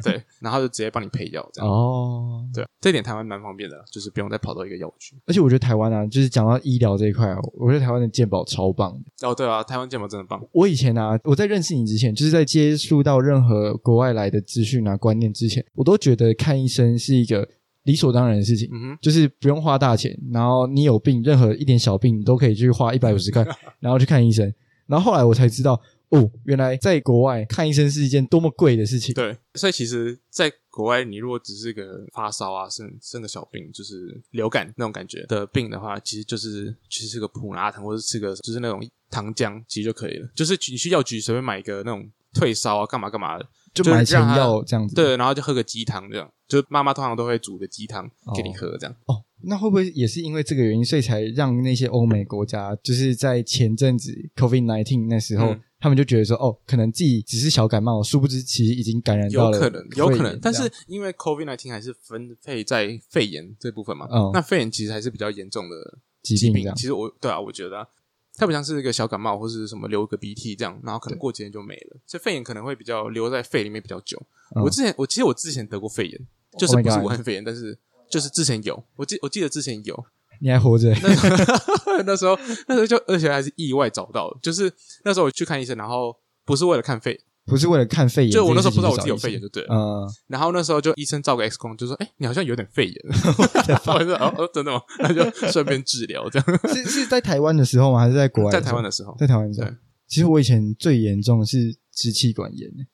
Speaker 2: 对，然后就直接帮你配药这样，
Speaker 1: 哦，
Speaker 2: 对，这点台湾蛮方便的，就是不用再跑到一个药局。
Speaker 1: 而且我觉得台湾啊，就是讲到医疗这一块啊，我觉得台湾的健保超棒的。
Speaker 2: 哦，对啊，台湾健保真的棒，
Speaker 1: 我以前啊，我在认识你之前，就是在接触到任何国外来的资讯啊、观念之前，我都觉得看医生是一个理所当然的事情，
Speaker 2: 嗯哼，
Speaker 1: 就是不用花大钱，然后你
Speaker 2: (laughs)
Speaker 1: 有病，任何一点小病，你都可以去花一百五十块，然后去看医生。然后后来我才知道，哦，原来在国外看医生是一件多么贵的事情。
Speaker 2: 对，所以其实，在国外，你如果只是个发烧啊，生生个小病，就是流感那种感觉的病的话，其实就是其实吃个普拿疼，或者吃个就是那种糖浆，其实就可以了。就是你去药局随便买一个那种退烧啊，干嘛干嘛的，
Speaker 1: 就
Speaker 2: 就
Speaker 1: 买
Speaker 2: 是
Speaker 1: 成
Speaker 2: 让他
Speaker 1: 药这样子。，
Speaker 2: 对，然后就喝个鸡汤这样。就是妈妈通常都会煮个鸡汤给你喝，这样、
Speaker 1: 哦，那会不会也是因为这个原因，所以才让那些欧美国家，就是在前阵子 COVID nineteen 那时候，
Speaker 2: 嗯
Speaker 1: 他们就觉得说，哦，可能自己只是小感冒，殊不知其实已经感染到
Speaker 2: 有
Speaker 1: 了，
Speaker 2: 可能，有可能。但是因为 COVID 1 9还是分配在肺炎这部分嘛，
Speaker 1: 嗯
Speaker 2: 那肺炎其实还是比较严重的
Speaker 1: 疾
Speaker 2: 疾
Speaker 1: 病这样
Speaker 2: 其实我对啊，我觉得、啊、它不像是一个小感冒或是什么流个鼻涕这样，然后可能过几天就没了。所以肺炎可能会比较留在肺里面比较久。
Speaker 1: 嗯
Speaker 2: 我之前我其实我之前得过肺炎，就是
Speaker 1: Oh my
Speaker 2: 不是
Speaker 1: God
Speaker 2: 武汉肺炎，但是就是之前有，我记我记得之前有。 (laughs)
Speaker 1: 你还活着， (laughs)
Speaker 2: 那时候那时候就而且还是意外找到的，就是那时候我去看医生，然后不是为了看肺，
Speaker 1: 不是为了看肺炎，
Speaker 2: 就我那时候不知道
Speaker 1: 这
Speaker 2: 我
Speaker 1: 件
Speaker 2: 自
Speaker 1: 事情
Speaker 2: 己有肺炎就对了。
Speaker 1: 嗯，
Speaker 2: 然后那时候就医生照个 X 光，就说：“哎、你好像有点
Speaker 1: (laughs)
Speaker 2: 肺炎。” (laughs) 我就说：“哦，哦真的吗？”那就顺便治疗这样。
Speaker 1: 是是在台湾的时候吗？还是在国外？
Speaker 2: 在台湾，的时候，
Speaker 1: 在台湾的时候
Speaker 2: 哦对。
Speaker 1: 其实我以前最严重的是支气管炎，欸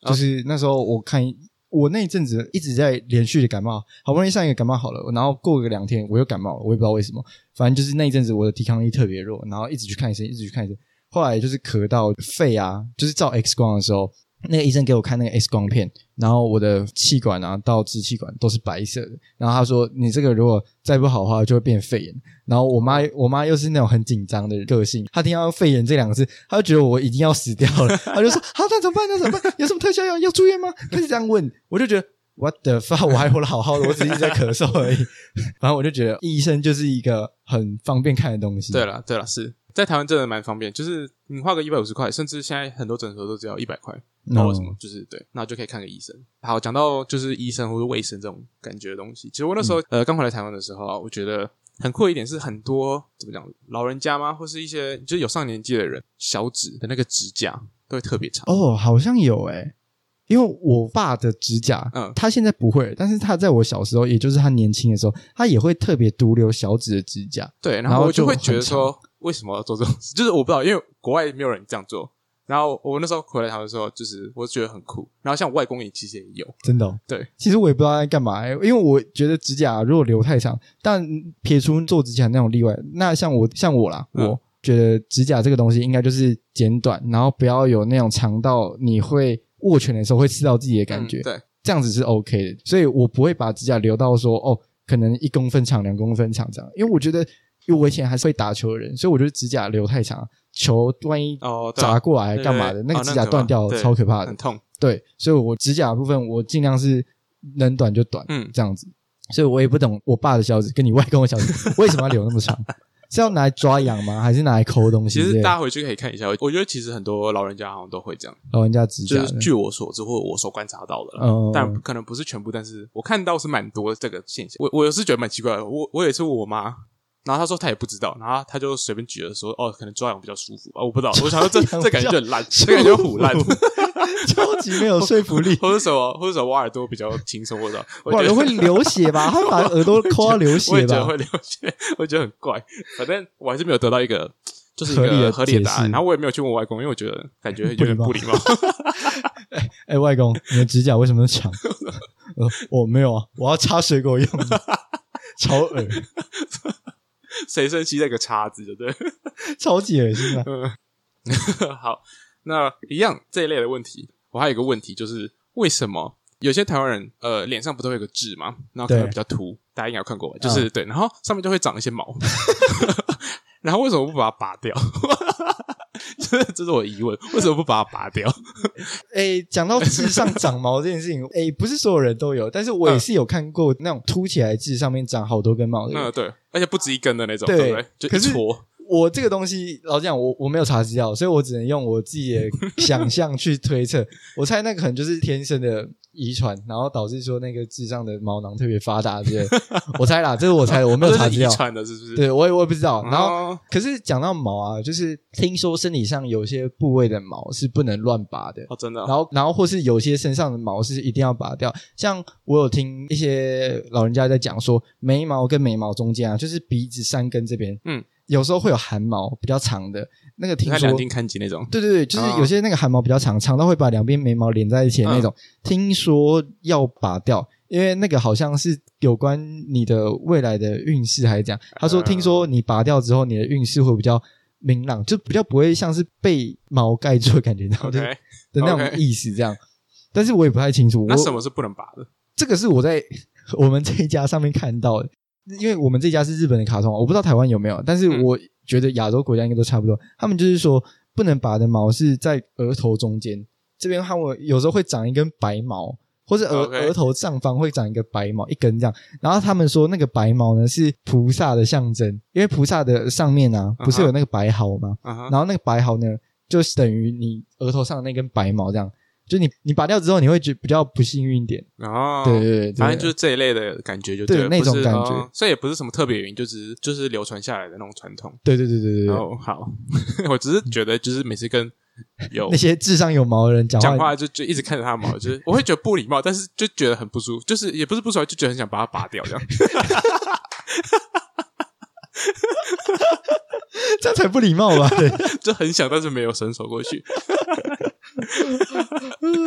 Speaker 2: 啊
Speaker 1: 就是那时候我看我那一阵子一直在连续的感冒，好不容易上一个感冒好了，然后过个两天我又感冒了，我也不知道为什么，反正就是那一阵子我的抵抗力特别弱，然后一直去看医生，一直去看医生，后来就是咳到肺啊，就是照 X 光的时候，那个医生给我看那个 X 光片，然后我的气管啊到支气管都是白色的，然后他说你这个如果再不好的话就会变肺炎。然后我妈我妈又是那种很紧张的个性，她听到肺炎这两个字，她就觉得我已经要死掉了，她就说好、那怎么办？那怎么办？有什么特效药要住院吗？开始这样问，我就觉得。What the fuck！我还活得好好的，我只是一直在咳嗽而已。反正我就觉得医生就是一个很方便看的东西。
Speaker 2: 对了，对了，是在台湾真的蛮方便，就是你花个一百五十块，甚至现在很多诊所都只要一百块，
Speaker 1: 嗯，
Speaker 2: 那为什么？就是对，那就可以看个医生。好，讲到就是医生或者卫生这种感觉的东西，其实我那
Speaker 1: 嗯
Speaker 2: 时候、呃刚回来台湾的时候啊，我觉得很酷的一点是，很多怎么讲，老人家吗，或是一些就是有上年纪的人，小指的那个指甲都会特别长。
Speaker 1: 哦，好像有诶、因为我爸的指甲，
Speaker 2: 嗯
Speaker 1: 他现在不会，但是他在我小时候，也就是他年轻的时候，他也会特别独留小指的指甲。
Speaker 2: 对，然
Speaker 1: 然
Speaker 2: 后
Speaker 1: 后
Speaker 2: 我就
Speaker 1: 就
Speaker 2: 会
Speaker 1: 很
Speaker 2: 觉得说，为什么要做这种事？就是我不知道，因为国外没有人这样做。然后我那时候回来台湾的时候，就是我觉得很酷。然后像我外公也其实也有，
Speaker 1: 真的、哦，
Speaker 2: 对，
Speaker 1: 其实我也不知道在干嘛、欸，因为我觉得指甲如果留太长，但撇除做指甲那种例外，那像我像我啦，
Speaker 2: 嗯
Speaker 1: 我觉得指甲这个东西应该就是剪短，然后不要有那种长到你会握拳的时候会刺到自己的感觉，
Speaker 2: 嗯对，
Speaker 1: 这样子是 OK 的，所以我不会把指甲留到说哦，可能一公分长、两公分长这样，因为我觉得，因为我以前还是会打球的人，所以我觉得指甲留太长，球万一
Speaker 2: 哦，对啊
Speaker 1: 砸过来
Speaker 2: 对对
Speaker 1: 干嘛的，
Speaker 2: 对
Speaker 1: 那个
Speaker 2: 哦
Speaker 1: 指甲
Speaker 2: 很可怕
Speaker 1: 断掉
Speaker 2: 对嗯
Speaker 1: 超可怕的
Speaker 2: 很。痛。
Speaker 1: 对，所以我指甲的部分我尽量是能短就短，
Speaker 2: 嗯
Speaker 1: 这样子。所以我也不懂我爸的小指跟你外公的小
Speaker 2: (laughs)
Speaker 1: 指为什么要留那么长，是要拿来抓痒吗？还是拿来抠东西
Speaker 2: 其
Speaker 1: 之类的？
Speaker 2: 实大家回去可以看一下，我觉得其实很多老人家好像都会这样，
Speaker 1: 老人家指甲
Speaker 2: 就
Speaker 1: 的，
Speaker 2: 是据我所知或我所观察到的啦，
Speaker 1: 嗯
Speaker 2: 但
Speaker 1: (laughs)
Speaker 2: 可能不是全部，但是我看到是蛮多这个现象。我我是觉得蛮奇怪的，我我有一次问我妈，然后她说她也不知道，然后她就随便举了说，哦，可能抓痒比较舒服啊，我不知道，我想说这
Speaker 1: 抓痒
Speaker 2: 这感觉
Speaker 1: 比较
Speaker 2: 就很烂，这感觉虎烂，。
Speaker 1: (laughs) 超级没有说服力
Speaker 2: (laughs) 或者什么，或者什么挖耳朵比较轻松，或者我
Speaker 1: 哇，
Speaker 2: 觉得
Speaker 1: 人会流血
Speaker 2: (laughs)
Speaker 1: 吧？他把耳朵抠到流
Speaker 2: 我
Speaker 1: 血
Speaker 2: 也觉得
Speaker 1: 吧？
Speaker 2: 会流血， (laughs) 我觉得很怪。反正我还是没有得到一个就是一
Speaker 1: 合理的
Speaker 2: 个合理的答
Speaker 1: 解
Speaker 2: 案，
Speaker 1: 释
Speaker 2: 然后我也没有去问我外公，因为我觉得感觉有点
Speaker 1: 不
Speaker 2: 不
Speaker 1: 礼
Speaker 2: 礼貌。 (laughs)
Speaker 1: 哎、外公，你的指甲为什么那么长？呃我、没有啊，我要插水果用的， (laughs) 超恶，啊
Speaker 2: 谁生气那个叉子，对不对？
Speaker 1: 超级恶心啊！
Speaker 2: (laughs) 好，那一样这一类的问题，我还有一个问题就是，为什么有些台湾人呃脸上不都会有个痣嘛，然后可能
Speaker 1: 对嗯
Speaker 2: 比较凸，大家应该有看过吧，就是、对，然后上面就会长一些毛， (laughs) 然后为什么不把它拔掉？ (laughs) 这这是我的疑问，为什么不把它拔掉？
Speaker 1: 哎，讲到痣上长毛这件事情，哎，不是所有人都有，但是我
Speaker 2: 嗯
Speaker 1: 也是有看过那种凸起来痣上面长好多根毛的人。
Speaker 2: 嗯，对，而且不止一根的那种，
Speaker 1: 对
Speaker 2: 对不对？就
Speaker 1: 可
Speaker 2: 一
Speaker 1: 是
Speaker 2: 撮，
Speaker 1: 我这个东西，老实讲，我我没有查资料，所以我只能用我自己
Speaker 2: (laughs)
Speaker 1: 的想象去推测。我猜那个可能就是天生的遗传，然后导致说那个痣上的毛囊特别发达之类的。我猜啦，这是我猜的，我没有
Speaker 2: (laughs) 这
Speaker 1: 查
Speaker 2: 是
Speaker 1: 资
Speaker 2: 遗
Speaker 1: 料。
Speaker 2: 传的，是不是？
Speaker 1: 对，我也我也不知道。
Speaker 2: 哦，
Speaker 1: 然后，可是讲到毛啊，就是听说身体上有些部位的毛是不能乱拔的。
Speaker 2: 哦，真的哦，
Speaker 1: 然后，然后或是有些身上的毛是一定要拔掉。像我有听一些老人家在讲说，眉毛跟眉毛中间啊，就是鼻子三根这边，
Speaker 2: 嗯，
Speaker 1: 有时候会有汗毛比较长的那个，听
Speaker 2: 他
Speaker 1: 说
Speaker 2: 两斤看几那种，
Speaker 1: 对对对，就是
Speaker 2: 哦嗯
Speaker 1: 有些那个汗毛比较长，长到会把两边眉毛连在一起的那种，听说要拔掉，因为那个好像是有关你的未来的运势还是怎样。他说，
Speaker 2: 嗯
Speaker 1: 听说你拔掉之后，你的运势会比较明朗，就比较不会像是被毛盖住的感觉，然后
Speaker 2: OK，
Speaker 1: 就的那种
Speaker 2: OK
Speaker 1: 意思这样。但是我也不太清楚，
Speaker 2: 那什
Speaker 1: 我
Speaker 2: 么是不能拔的？
Speaker 1: 这个是我在我们这一家上面看到的，因为我们这家是日本的卡通，我不知道台湾有没有，但是
Speaker 2: 嗯
Speaker 1: 我觉得亚洲国家应该都差不多。他们就是说，不能拔的毛是在额头中间这边，他们有时候会长一根白毛，或者额
Speaker 2: OK
Speaker 1: 额头上方会长一个白毛，一根这样。然后他们说那个白毛呢是菩萨的象征，因为菩萨的上面啊不
Speaker 2: 嗯
Speaker 1: 是有那个白毫吗？
Speaker 2: 啊哈，
Speaker 1: 然后那个白毫呢，就等于你额头上的那根白毛这样。就你你拔掉之后，你会觉比较不幸运一点。
Speaker 2: 然后
Speaker 1: 对对对，
Speaker 2: 哦反正
Speaker 1: 对
Speaker 2: 就是这一类的感觉就对
Speaker 1: 对
Speaker 2: 了，
Speaker 1: 那种
Speaker 2: 不是
Speaker 1: 感觉
Speaker 2: 哦所以也不是什么特别原因，就只是就是流传下来的那种传统。
Speaker 1: 对对对对对对，
Speaker 2: 哦，好， (laughs) 我只是觉得就是每次跟有
Speaker 1: 那些智商有毛的人讲
Speaker 2: 讲
Speaker 1: 话，
Speaker 2: 话就就一直看着他的毛，就是我会觉得不礼貌，但是就觉得很不舒服，就是也不是不舒服，就觉得很想把它拔掉这样。 (laughs)
Speaker 1: 这样才不礼貌吧？
Speaker 2: (laughs)
Speaker 1: 对
Speaker 2: 就很想，但是没有伸手过去。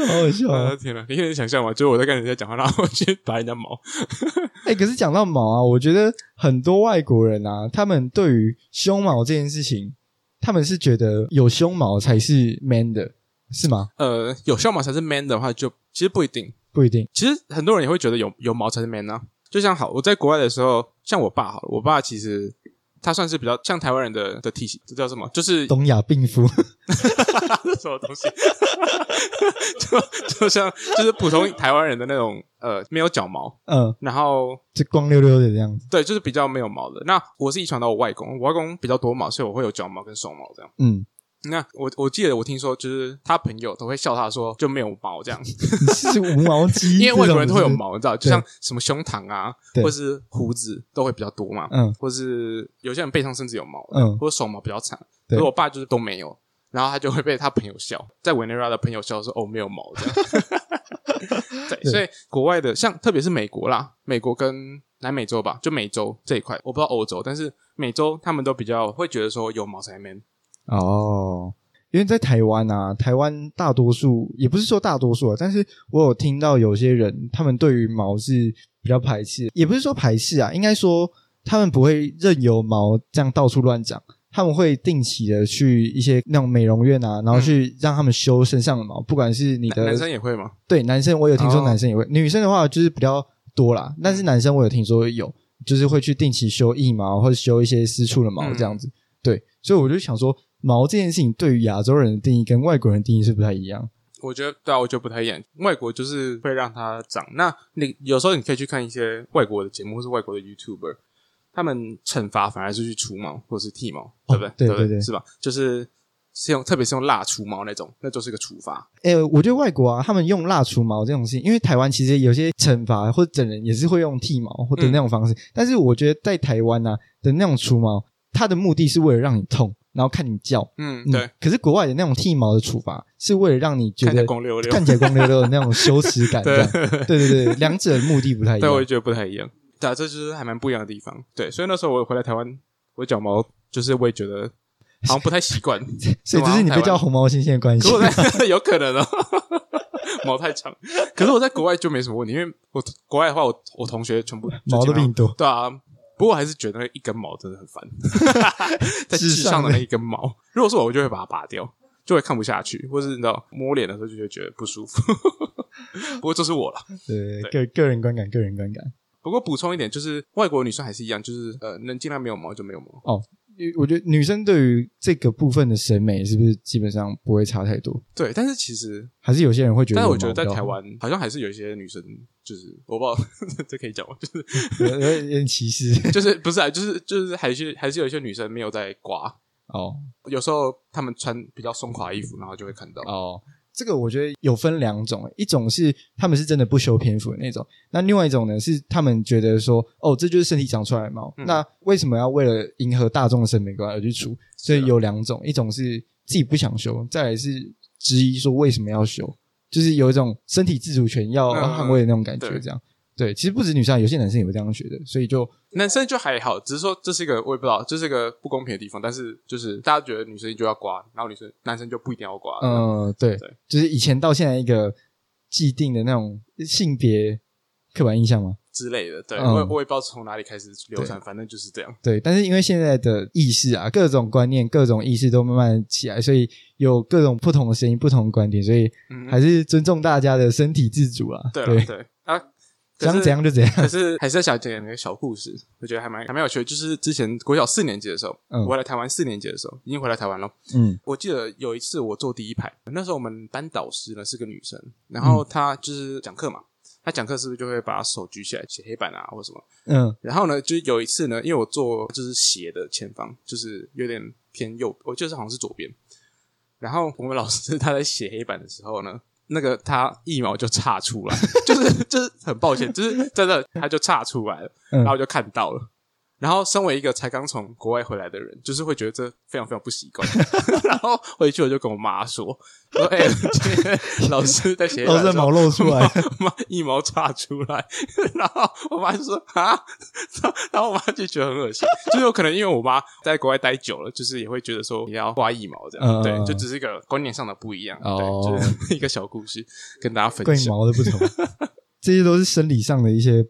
Speaker 1: 好好笑
Speaker 2: 啊、
Speaker 1: 啊！
Speaker 2: 天哪，你可以想象吗？就是我在跟人家讲话，然后我去拔人家毛。
Speaker 1: 哎、可是讲到毛啊，我觉得很多外国人啊，他们对于胸毛这件事情，他们是觉得有胸毛才是 man 的，是吗？
Speaker 2: 呃，有效毛才是 man 的话就，其实不一定。
Speaker 1: 不一定
Speaker 2: 其实很多人也会觉得有有毛才是 man 啊。就像好，我在国外的时候，像我爸好了，我爸其实他算是比较像台湾人的的体型，这叫什么？就是
Speaker 1: 东亚病夫， (laughs)
Speaker 2: 这 (laughs) 什么东西？就就像就是普通台湾人的那种呃，没有脚毛，
Speaker 1: 嗯，
Speaker 2: 然后
Speaker 1: 就光溜溜的这样子，
Speaker 2: 对，就是比较没有毛的。那我是遗传到我外公，我外公比较多毛，所以我会有脚毛跟手毛这样。
Speaker 1: 嗯，
Speaker 2: 那我我记得我听说，就是他朋友都会笑他说就没有毛这样，
Speaker 1: 你是无毛鸡，
Speaker 2: (laughs) 因为外国人
Speaker 1: 这
Speaker 2: 都
Speaker 1: 种
Speaker 2: 会
Speaker 1: 是
Speaker 2: 有
Speaker 1: 不是，
Speaker 2: 毛，你知道，就像什么胸膛啊，
Speaker 1: 对
Speaker 2: 或是胡子都会比较多嘛，
Speaker 1: 嗯
Speaker 2: 或是有些人背上甚至有毛，
Speaker 1: 嗯
Speaker 2: 或者手毛比较长。可
Speaker 1: 对
Speaker 2: 是我爸就是都没有，然后他就会被他朋友笑，在委内瑞拉的朋友笑说哦没有毛这样。 (laughs) 对，
Speaker 1: (laughs) 对
Speaker 2: 所以国外的像特别是美国啦，美国跟南美洲吧，就美洲这一块，我不知道欧洲，但是美洲他们都比较会觉得说有毛才 man，
Speaker 1: 哦，因为在台湾啊，台湾大多数也不是说大多数啊，但是我有听到有些人他们对于毛是比较排斥，也不是说排斥啊，应该说他们不会任由毛这样到处乱长。他们会定期的去一些那种美容院啊，然后去让他们修身上的毛，不管是你的
Speaker 2: 男男生也会吗？
Speaker 1: 对男生，我有听说
Speaker 2: 哦嗯
Speaker 1: 男生也会，女生的话就是比较多啦，但是男生我有听说有，就是会去定期修腋毛或者修一些私处的毛
Speaker 2: 嗯
Speaker 1: 这样子。对，所以我就想说，毛这件事情对于亚洲人的定义跟外国人的定义是不太一样。
Speaker 2: 我觉得对啊，我觉得不太一样。外国就是会让它长。那你有时候你可以去看一些外国的节目，或是外国的 YouTuber，他们惩罚反而是去除毛或是剃毛，对不对？
Speaker 1: 哦对
Speaker 2: 对不
Speaker 1: 对对
Speaker 2: 是吧？就是是用，特别是用蜡除毛那种，那就是个处罚。
Speaker 1: 诶、我觉得外国啊，他们用蜡除毛这种事情，因为台湾其实有些惩罚或者整人也是会用剃毛或者
Speaker 2: 嗯
Speaker 1: 那种方式，但是我觉得在台湾啊的那种除毛，它的目的是为了让你痛，然后看你叫。
Speaker 2: 嗯，
Speaker 1: 嗯
Speaker 2: 对，。
Speaker 1: 可是国外的那种剃毛的处罚，是为了让你觉
Speaker 2: 看起
Speaker 1: 得
Speaker 2: 来光溜溜。
Speaker 1: 看起来光溜溜的那种羞耻
Speaker 2: (laughs)
Speaker 1: 感，这
Speaker 2: 对
Speaker 1: 样对对对，两者的目的不太一
Speaker 2: 对，我就
Speaker 1: 样。
Speaker 2: 觉得不太一样。对、啊，这就是还蛮不一样的地方。对，所以那时候我回来台湾，我脚毛就是我也觉得好像不太习惯，
Speaker 1: 所以这是你被叫红毛猩猩的关系
Speaker 2: 可。我在 (laughs) 有可能哦，毛太长。可是我在国外就没什么问题，因为我国外的话我，我同学全部
Speaker 1: (laughs) 毛都比你多。
Speaker 2: 对啊，不过我还是觉得那一根毛真的很烦， (laughs) 在智上的那一根毛，如果是我，我就会把它拔掉，就会看不下去，或是你知道摸脸的时候就会觉得不舒服。 (laughs) 不过这是我啦。
Speaker 1: 对个个人观感，个人观感。
Speaker 2: 不过补充一点，就是外国女生还是一样，就是呃，能尽量没有毛就没有毛。
Speaker 1: 我觉得女生对于这个部分的审美是不是基本上不会差太多？
Speaker 2: 对，但是其实
Speaker 1: 还是有些人会觉得
Speaker 2: 但
Speaker 1: 有
Speaker 2: 是
Speaker 1: 毛
Speaker 2: 我
Speaker 1: 比较好？
Speaker 2: 觉得在台湾好像还是有一些女生，就是我不知道 (laughs) 这可以讲吗？就是
Speaker 1: 有 (laughs) 有有点歧视
Speaker 2: (laughs) 就是不是啊，就是就是还是还是有一些女生没有在刮，
Speaker 1: 哦
Speaker 2: 有时候她们穿比较松垮的衣服，然后就会看到。
Speaker 1: 哦。这个我觉得有分两种，一种是他们是真的不修篇幅的那种，那另外一种呢是他们觉得说，哦，这就是身体长出来的毛，
Speaker 2: 嗯
Speaker 1: 那为什么要为了迎合大众的审美观而去除？所
Speaker 2: 啊
Speaker 1: 以有两种，一种是自己不想修，再来是质疑说为什么要修，就是有一种身体自主权要
Speaker 2: 嗯
Speaker 1: 捍卫的那种感觉，
Speaker 2: 对
Speaker 1: 这样。对，其实不止女生啊，有些男生也会这样觉得，所以就
Speaker 2: 男生就还好，只是说这是一个我也不知道，这是一个不公平的地方。但是就是大家觉得女生就要刮，然后女生男生就不一定要刮。
Speaker 1: 嗯、对，
Speaker 2: 对
Speaker 1: 就是以前到现在一个既定的那种性别刻板印象嘛。
Speaker 2: 之类的，对、
Speaker 1: 嗯
Speaker 2: 我也我也不知道从哪里开始流传，反正就是这样。
Speaker 1: 对，但是因为现在的意识啊，各种观念、各种意识都慢慢起来，所以有各种不同的声音、不同的观点，所以
Speaker 2: 嗯，
Speaker 1: 还是尊重大家的身体自主啊。
Speaker 2: 对了
Speaker 1: 对，
Speaker 2: 对啊，可
Speaker 1: 想
Speaker 2: 是
Speaker 1: 怎样就
Speaker 2: (laughs)
Speaker 1: 怎样。
Speaker 2: 可是还是要想讲一个小故事，我觉得还蛮还蛮有趣的。就是之前国小四年级的时候，
Speaker 1: 嗯
Speaker 2: 我回来台湾四年级的时候，已经回来台湾了。
Speaker 1: 嗯
Speaker 2: 我记得有一次我坐第一排，那时候我们班导师呢是个女生，然后她就是讲课嘛，她讲课是不是就会把手举起来写黑板啊或什么？
Speaker 1: 嗯
Speaker 2: 然后呢，就是有一次呢，因为我坐就是斜的前方，就是有点偏右，我就是好像是左边。然后我们老师他在写黑板的时候呢，那个他一毛就岔出来， (laughs) 就是就是很抱歉，就是真的他就岔出来了，
Speaker 1: 嗯
Speaker 2: 然后我就看到了。然后，身为一个才刚从国外回来的人，就是会觉得这非常非常不习惯。然后回去我就跟我妈说：“我说哎、 (laughs) 今天老师在写黑
Speaker 1: 老
Speaker 2: 板的时
Speaker 1: 是哦
Speaker 2: 候
Speaker 1: 毛露出
Speaker 2: (laughs)
Speaker 1: 来，
Speaker 2: 我妈一毛插出来，然后我妈就说啊， (laughs) 然后然后我妈就觉得很
Speaker 1: (laughs)
Speaker 2: 恶心，就是有可能因为我妈在国外待久了，就是也会觉得说你要刮一毛这样，
Speaker 1: 嗯
Speaker 2: 对，就只是一个观念上的不一样，
Speaker 1: 哦
Speaker 2: 对，就是一个小故事跟大家分
Speaker 1: 跟你
Speaker 2: 享，
Speaker 1: 毛的不同，啊 (laughs) 这些都是生理上的一些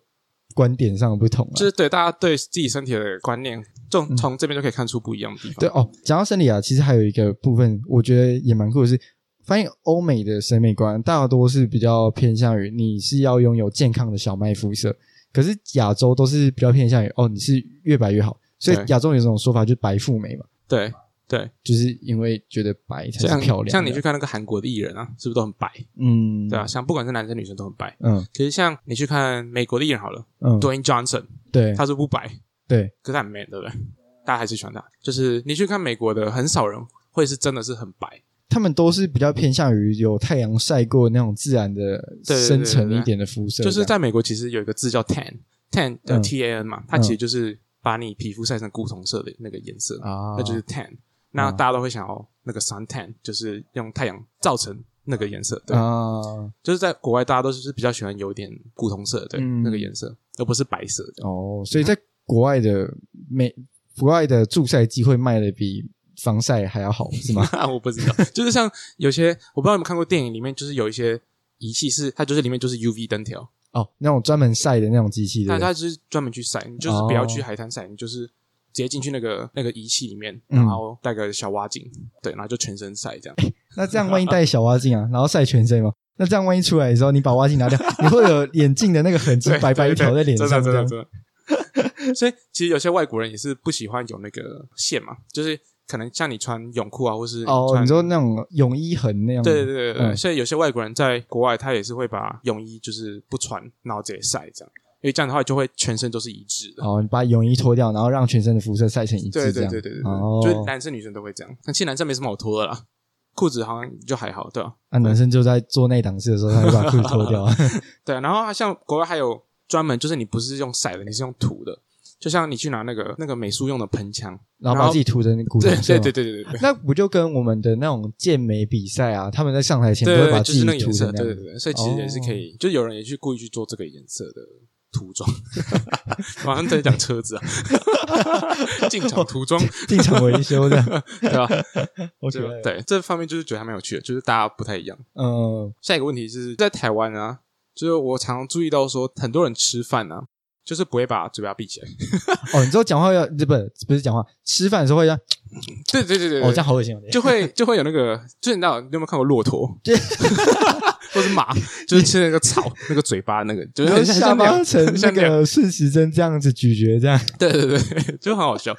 Speaker 1: 观点上的不同啊。
Speaker 2: 就是对大家对自己身体的观念，从从这边就可以看出不一样的地方，
Speaker 1: 嗯对哦，讲到生理啊，其实还有一个部分，我觉得也蛮酷的是，发现欧美的审美观大多是比较偏向于你是要拥有健康的小麦肤色，可是亚洲都是比较偏向于哦你是越白越好，所以
Speaker 2: 对
Speaker 1: 亚洲有一种说法就是白富美嘛，
Speaker 2: 对对，
Speaker 1: 就是因为觉得白才
Speaker 2: 像
Speaker 1: 是漂亮的。
Speaker 2: 像你去看那个韩国的艺人啊，是不是都很白？
Speaker 1: 嗯，
Speaker 2: 对啊，像不管是男生女生都很白。
Speaker 1: 嗯
Speaker 2: 可是像你去看美国的艺人好了
Speaker 1: 嗯，
Speaker 2: ，Dwayne Johnson，
Speaker 1: 对
Speaker 2: 他是不白，
Speaker 1: 对
Speaker 2: 可是他很 man，对不对？大家还是喜欢他。就是你去看美国的，很少人会是真的是很白，
Speaker 1: 他们都是比较偏向于有太阳晒过那种自然的
Speaker 2: 对对对
Speaker 1: 深沉
Speaker 2: 对对
Speaker 1: 一点的肤色这
Speaker 2: 就
Speaker 1: 样，
Speaker 2: 是在美国其实有一个字叫 tan，tan 的
Speaker 1: 嗯
Speaker 2: T A N 嘛，它
Speaker 1: 嗯
Speaker 2: 其实就是把你皮肤晒成古铜色的那个颜色，
Speaker 1: 啊，
Speaker 2: 那就是 tan。那大家都会想要那个 sun tan，就是用太阳造成那个颜色，对。
Speaker 1: 啊
Speaker 2: 就是在国外，大家都是比较喜欢有点古铜色，对、
Speaker 1: 嗯
Speaker 2: 那个颜色，而不是白色的。 (laughs)
Speaker 1: 哦，所以在国外的美，国外的助晒机会卖的比防晒还要好，是吗？
Speaker 2: (laughs) 啊，我不知道，就是像有些我不知道你们看过电影，里面就是有一些仪器是它就是里面就是 UV 灯条，
Speaker 1: 哦，那种专门晒的那种机器
Speaker 2: 但
Speaker 1: 的，
Speaker 2: 它就是专门去晒，你就是不要
Speaker 1: 哦
Speaker 2: 去海滩晒，你就是直接进去那个那个仪器里面，
Speaker 1: 嗯哎
Speaker 2: 然后带个小蛙镜，对，然后就全身晒这样。
Speaker 1: 那这样万一戴小蛙镜啊，
Speaker 2: (laughs)
Speaker 1: 然后晒全身吗？那这样万一出来的时候，你把蛙镜拿掉，你会有眼镜的那个痕迹，
Speaker 2: 对
Speaker 1: 白白一条在
Speaker 2: 对对
Speaker 1: 脸上，
Speaker 2: 真
Speaker 1: 这
Speaker 2: 的
Speaker 1: 样
Speaker 2: 真的真的。所 (laughs) 以其实有些外国人也是不喜欢有那个线嘛，就是可能像你穿泳裤啊，或是
Speaker 1: 哦，
Speaker 2: 穿
Speaker 1: 你说那种泳衣痕那样，
Speaker 2: 对对对对对，
Speaker 1: 嗯
Speaker 2: 所以有些外国人在国外，他也是会把泳衣就是不穿，然后直接晒这样，因为这样的话就会全身都是一致的。
Speaker 1: 哦，你把泳衣脱掉，然后让全身的肤色晒成一
Speaker 2: 对
Speaker 1: 致，这
Speaker 2: 对
Speaker 1: 样，
Speaker 2: 对对对对，
Speaker 1: 哦
Speaker 2: 就是男生女生都会这样。那其实男生没什么好脱的啦，裤子好像就还好，对啊吧、
Speaker 1: 那男生就在做内档式的时候，他就把裤子脱
Speaker 2: (laughs)
Speaker 1: 掉，
Speaker 2: 对啊，然后像国外还有专门，就是你不是用骰的，你是用涂的，就像你去拿那个那个美术用的喷枪，
Speaker 1: 然后把自己涂成古铜
Speaker 2: 对
Speaker 1: 色
Speaker 2: 对
Speaker 1: 嘛
Speaker 2: 对对
Speaker 1: (laughs)
Speaker 2: 对对
Speaker 1: 那不就跟我们的那种健美比赛啊，他们在上台前都
Speaker 2: 对
Speaker 1: 会
Speaker 2: 对，
Speaker 1: 把
Speaker 2: 对
Speaker 1: 自
Speaker 2: 就
Speaker 1: 己
Speaker 2: 是那个
Speaker 1: 涂
Speaker 2: 颜
Speaker 1: 成
Speaker 2: 色，
Speaker 1: 那
Speaker 2: 对对
Speaker 1: 样？哦
Speaker 2: 对，所以其实也是可以，就有人也去故意去做这个颜色的涂装， (laughs) 好像在讲车子啊， (laughs) 进场涂装，
Speaker 1: 进场维修这
Speaker 2: (laughs)
Speaker 1: 样。
Speaker 2: 对
Speaker 1: (laughs)
Speaker 2: 吧？
Speaker 1: 我觉
Speaker 2: 对吧
Speaker 1: 得，
Speaker 2: 对这方面就是觉得还蛮有趣的，就是大家不太一样。
Speaker 1: 嗯
Speaker 2: 下一个问题是在台湾啊，就是我常注意到说，很多人吃饭啊，就是不会把嘴巴闭起来。 (laughs)
Speaker 1: 哦，你之后讲话要不是不是讲话，吃饭的时候会这样，
Speaker 2: 对对对对
Speaker 1: 哦，
Speaker 2: 对，
Speaker 1: 这样好恶心哦。 (laughs)
Speaker 2: 就会就会有那个，就是你知道，你有没有看过骆驼，或是马，就是吃那个草，那个嘴巴那个，就是
Speaker 1: 然
Speaker 2: 很
Speaker 1: 后
Speaker 2: 像
Speaker 1: 下巴
Speaker 2: 很像
Speaker 1: 成
Speaker 2: 鸟很
Speaker 1: 那
Speaker 2: 像鸟
Speaker 1: 个顺时针这样子咀嚼，这样
Speaker 2: 对对对，就很好笑。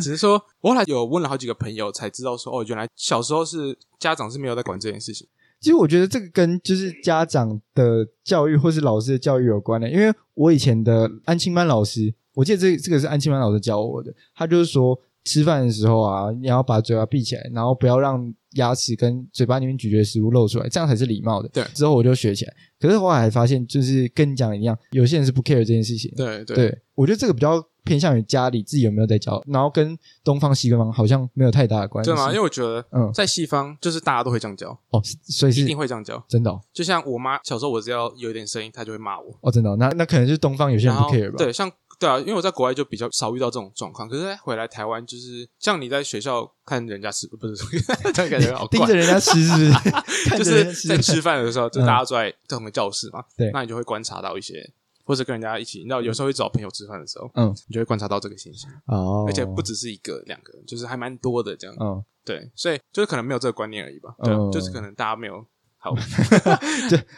Speaker 2: 只是说，我后来有问了好几个朋友，才知道说，哦，原来小时候是家长是没有在管这件事情。
Speaker 1: 其实我觉得这个跟就是家长的教育或是老师的教育有关的，因为我以前的安亲班老师，我记得这这个是安亲班老师教我的，他就是说吃饭的时候啊，你要把嘴巴闭起来，然后不要让牙齿跟嘴巴里面咀嚼食物露出来，这样才是礼貌的。
Speaker 2: 对
Speaker 1: 之后我就学起来，可是后来还发现，就是跟你讲的一样，有些人是不 care 这件事情的。
Speaker 2: 对对
Speaker 1: 对我觉得这个比较偏向于家里自己有没有在教，然后跟东方西方好像没有太大的关系。
Speaker 2: 对吗？因为我觉得
Speaker 1: 嗯
Speaker 2: 在西方就是大家都会这样教，
Speaker 1: 哦，是所以
Speaker 2: 一
Speaker 1: 是
Speaker 2: 定会这样教。
Speaker 1: 真的哦，
Speaker 2: 就像我妈小时候，我只要有一点声音，她就会骂我。
Speaker 1: 哦真的哦，那那可能就是东方有些人
Speaker 2: 然
Speaker 1: 不
Speaker 2: 后
Speaker 1: care 吧？
Speaker 2: 对，像对啊，因为我在国外就比较少遇到这种状况，可是回来台湾就是像你在学校看人家吃，不是
Speaker 1: (laughs)
Speaker 2: 这样感觉好
Speaker 1: 盯
Speaker 2: 怪
Speaker 1: 着。人家吃是不是？ (laughs) 看
Speaker 2: 就
Speaker 1: 着人
Speaker 2: 是
Speaker 1: 家
Speaker 2: 在
Speaker 1: 吃，
Speaker 2: 吃饭的时候，就
Speaker 1: 嗯
Speaker 2: 大家坐在同个教室嘛，
Speaker 1: 对
Speaker 2: 那你就会观察到一些，或者跟人家一起，你知道有时候会找朋友吃饭的时候，
Speaker 1: 嗯，
Speaker 2: 你就会观察到这个现象，
Speaker 1: 哦，
Speaker 2: 而且不只是一个两个，就是还蛮多的这样。
Speaker 1: 嗯，
Speaker 2: 对，所以就是可能没有这个观念而已吧。
Speaker 1: 嗯
Speaker 2: 对啊，就是可能大家没
Speaker 1: (laughs)
Speaker 2: 有好，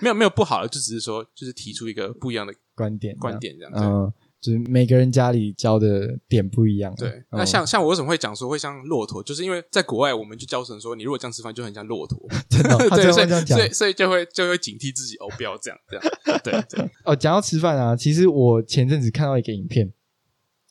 Speaker 2: 没有没有不好的，就只是说就是提出一个不一样的
Speaker 1: 观点
Speaker 2: 观，点这样。
Speaker 1: 这
Speaker 2: 对
Speaker 1: 样嗯，就是每个人家里教的点不一样啊。
Speaker 2: 对，
Speaker 1: 嗯
Speaker 2: 那像像我为什么会讲说会像骆驼，就是因为在国外我们就教成说，你如果这样吃饭就很像
Speaker 1: (laughs)
Speaker 2: 骆驼，
Speaker 1: (laughs) 真的哦，他真的
Speaker 2: (laughs) 对，
Speaker 1: 会
Speaker 2: 所
Speaker 1: 这
Speaker 2: 以
Speaker 1: 样讲
Speaker 2: 所以所以就会就会警惕自己哦，不要这样这样。对
Speaker 1: (laughs)
Speaker 2: 对，
Speaker 1: 哦。讲到吃饭啊，其实我前阵子看到一个影片，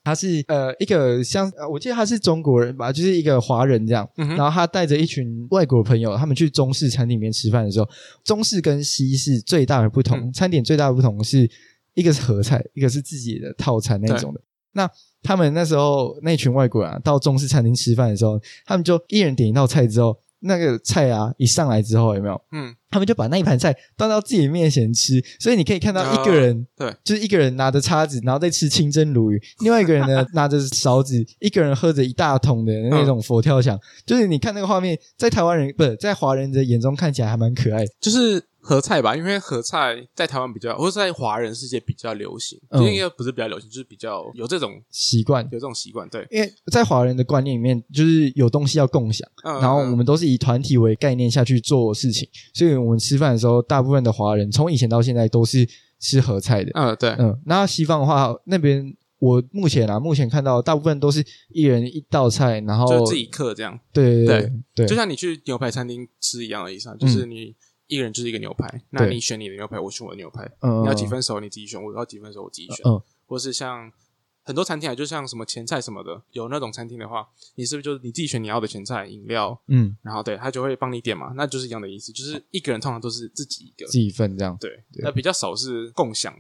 Speaker 1: 他是呃一个像呃我记得他是中国人吧，就是一个华人这样，
Speaker 2: 嗯哼
Speaker 1: 然后他带着一群外国朋友，他们去中式餐厅里面吃饭的时候，中式跟西式最大的不同，
Speaker 2: 嗯
Speaker 1: 餐点最大的不同是一个是合菜，一个是自己的套餐那种的。那他们那时候那群外国人啊，到中式餐厅吃饭的时候，他们就一人点一道菜之后，那个菜啊一上来之后有没有？
Speaker 2: 嗯，
Speaker 1: 他们就把那一盘菜端到自己面前吃，所以你可以看到一个人，
Speaker 2: 哦对，
Speaker 1: 就是一个人拿着叉子，然后在吃清蒸鲈鱼；，另外一个人呢拿着勺子，一个人喝着一大桶的那种佛跳墙。就是你看那个画面，在台湾人不是在华人的眼中看起来还蛮可爱的，
Speaker 2: 就是合菜吧，因为合菜在台湾比较，或者在华人世界比较流行，
Speaker 1: 嗯
Speaker 2: 就应该不是比较流行，就是比较有这种
Speaker 1: 习惯
Speaker 2: 有。这种习惯。对，
Speaker 1: 因为在华人的观念里面，就是有东西要共享，
Speaker 2: 嗯
Speaker 1: 然后我
Speaker 2: 嗯
Speaker 1: 们都是以团体为概念下去做事情，所以我们吃饭的时候，大部分的华人从以前到现在都是吃合菜的。
Speaker 2: 嗯对，
Speaker 1: 嗯，那西方的话，那边我目前啊，目前看到大部分都是一人一道菜，然后
Speaker 2: 就是自己刻这样，
Speaker 1: 对对
Speaker 2: 对
Speaker 1: 对嗯
Speaker 2: 就
Speaker 1: 对
Speaker 2: 像你去牛排餐厅吃一样的意思啊，就是你一个人就是一个牛排，那你选你的牛排，我选我的牛排，
Speaker 1: 嗯
Speaker 2: 你要几分熟你自己选，我要几分熟我自己选，
Speaker 1: 嗯
Speaker 2: 或是像。很多餐厅啊，就像什么前菜什么的，有那种餐厅的话，你是不是就是你自己选你要的前菜、饮料，
Speaker 1: 嗯
Speaker 2: 然后对他就会帮你点嘛，那就是一样的意思，就是一个人通常都是自己一个
Speaker 1: 自，己份这样。
Speaker 2: 对，
Speaker 1: 对
Speaker 2: 那比较少是共享，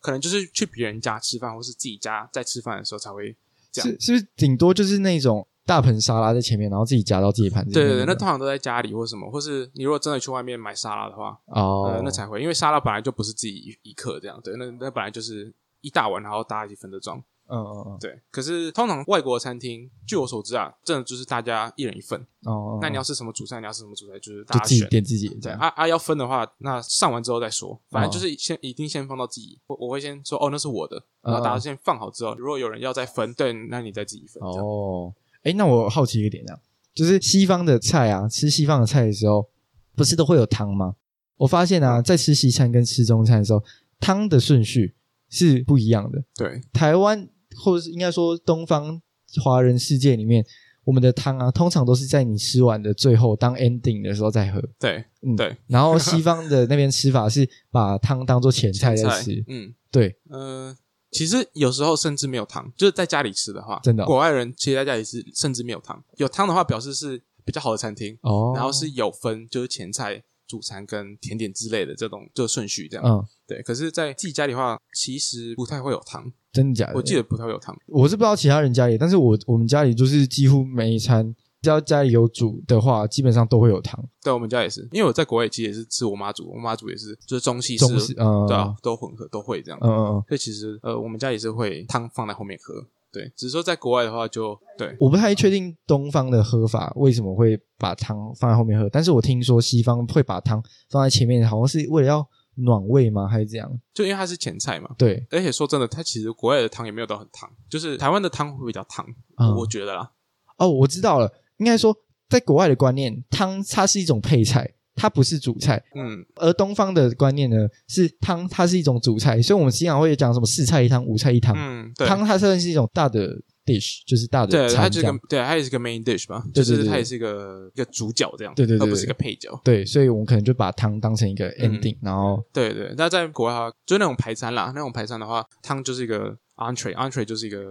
Speaker 2: 可能就是去别人家吃饭，或是自己家在吃饭的时候才会这样
Speaker 1: 是。是不是顶多就是那种大盆沙拉在前面，然后自己夹到自己盘子里
Speaker 2: 对
Speaker 1: 面
Speaker 2: 对
Speaker 1: 的？
Speaker 2: 对，那通常都在家里或什么，或是你如果真的去外面买沙拉的话，
Speaker 1: 哦
Speaker 2: 呃，，那才会，因为沙拉本来就不是自己一一克这样，对，那那本来就是一大碗，然后大家一起分着装，
Speaker 1: 嗯嗯
Speaker 2: 对。可是通常外国的餐厅，据我所知啊，真的就是大家一人一份，
Speaker 1: 嗯哦，
Speaker 2: 那你要
Speaker 1: 要
Speaker 2: 吃什么主菜，你要吃什么主菜，就是大
Speaker 1: 就
Speaker 2: 家
Speaker 1: 自己
Speaker 2: 选。
Speaker 1: 点自己的这
Speaker 2: 对
Speaker 1: 样。哦
Speaker 2: 啊啊，要分的话，那上完之后再说。反正就是先一定先放到自己，我我会先说哦，那是我的，
Speaker 1: 嗯
Speaker 2: 然后大家先放好之后，如果有人要再分，对，那你再自己分。这样，
Speaker 1: 哦，哎，那我好奇一个点啊，就是西方的菜啊，吃西方的菜的时候，不是都会有汤吗？我发现
Speaker 2: 嗯
Speaker 1: 啊，在吃西餐跟吃中餐的时候，汤的顺序是不一样的。
Speaker 2: 对，
Speaker 1: 台湾或者是应该说东方华人世界里面，我们的汤啊，通常都是在你吃完的最后当 ending 的时候再喝。
Speaker 2: 对，
Speaker 1: 嗯，
Speaker 2: 对。
Speaker 1: 然后西方的那边吃法是把汤当做前菜在
Speaker 2: (laughs) 菜
Speaker 1: 吃，，
Speaker 2: 嗯，
Speaker 1: 对，
Speaker 2: 呃，其实有时候甚至没有糖，就是在家里吃的话，
Speaker 1: 真的哦
Speaker 2: 国外人其实在家里吃甚至没有糖，有汤的话表示是比较好的餐厅，
Speaker 1: 哦，
Speaker 2: 然后是有分就是前菜、主餐跟甜点之类的这种这顺序这样。
Speaker 1: 嗯，
Speaker 2: 对，可是，在自己家里的话，其实不太会有糖，
Speaker 1: 真的假的？
Speaker 2: 我记得不太会有糖。
Speaker 1: 我是不知道其他人家里，但是我我们家里就是几乎每一餐只要家里有煮的话，基本上都会有汤。
Speaker 2: 对，我们家也是，因为我在国外其实也是吃我妈煮，我妈煮也是就是中西式，
Speaker 1: 中式嗯
Speaker 2: 对啊，都混合都会这样。
Speaker 1: 嗯嗯嗯，
Speaker 2: 所以其实呃，我们家也是会汤放在后面喝，对，只是说在国外的话就对，
Speaker 1: 我不太确定东方的喝法为什么会把汤放在后面喝，但是我听说西方会把汤放在前面，好像是为了要暖胃吗？还是怎样？
Speaker 2: 就因为它是前菜嘛。
Speaker 1: 对，
Speaker 2: 而且说真的，它其实国外的汤也没有到很烫，就是台湾的汤会比较烫，
Speaker 1: 嗯
Speaker 2: 我觉得啦。
Speaker 1: 哦，我知道了，应该说在国外的观念，汤它是一种配菜，它不是主菜。
Speaker 2: 嗯，
Speaker 1: 而东方的观念呢，是汤它是一种主菜，所以我们经常会讲什么四菜一汤、五菜一汤。
Speaker 2: 嗯，对，
Speaker 1: 汤它算是一种大的 dish，就是大的
Speaker 2: 对，它
Speaker 1: 餐
Speaker 2: 就
Speaker 1: 这
Speaker 2: 是
Speaker 1: 样
Speaker 2: 个。对，它也是个 main dish 吧，
Speaker 1: 对
Speaker 2: 就
Speaker 1: 对
Speaker 2: 是它
Speaker 1: 对
Speaker 2: 也是一个一个主角这样，
Speaker 1: 对对对
Speaker 2: 而不是
Speaker 1: 对
Speaker 2: 一个配角。
Speaker 1: 对，所以我们可能就把汤当成一个
Speaker 2: 嗯
Speaker 1: ending，、然后
Speaker 2: 对对，那在国外的话，就那种排餐啦，那种排餐的话，汤就是一个 entree，entree 就是一个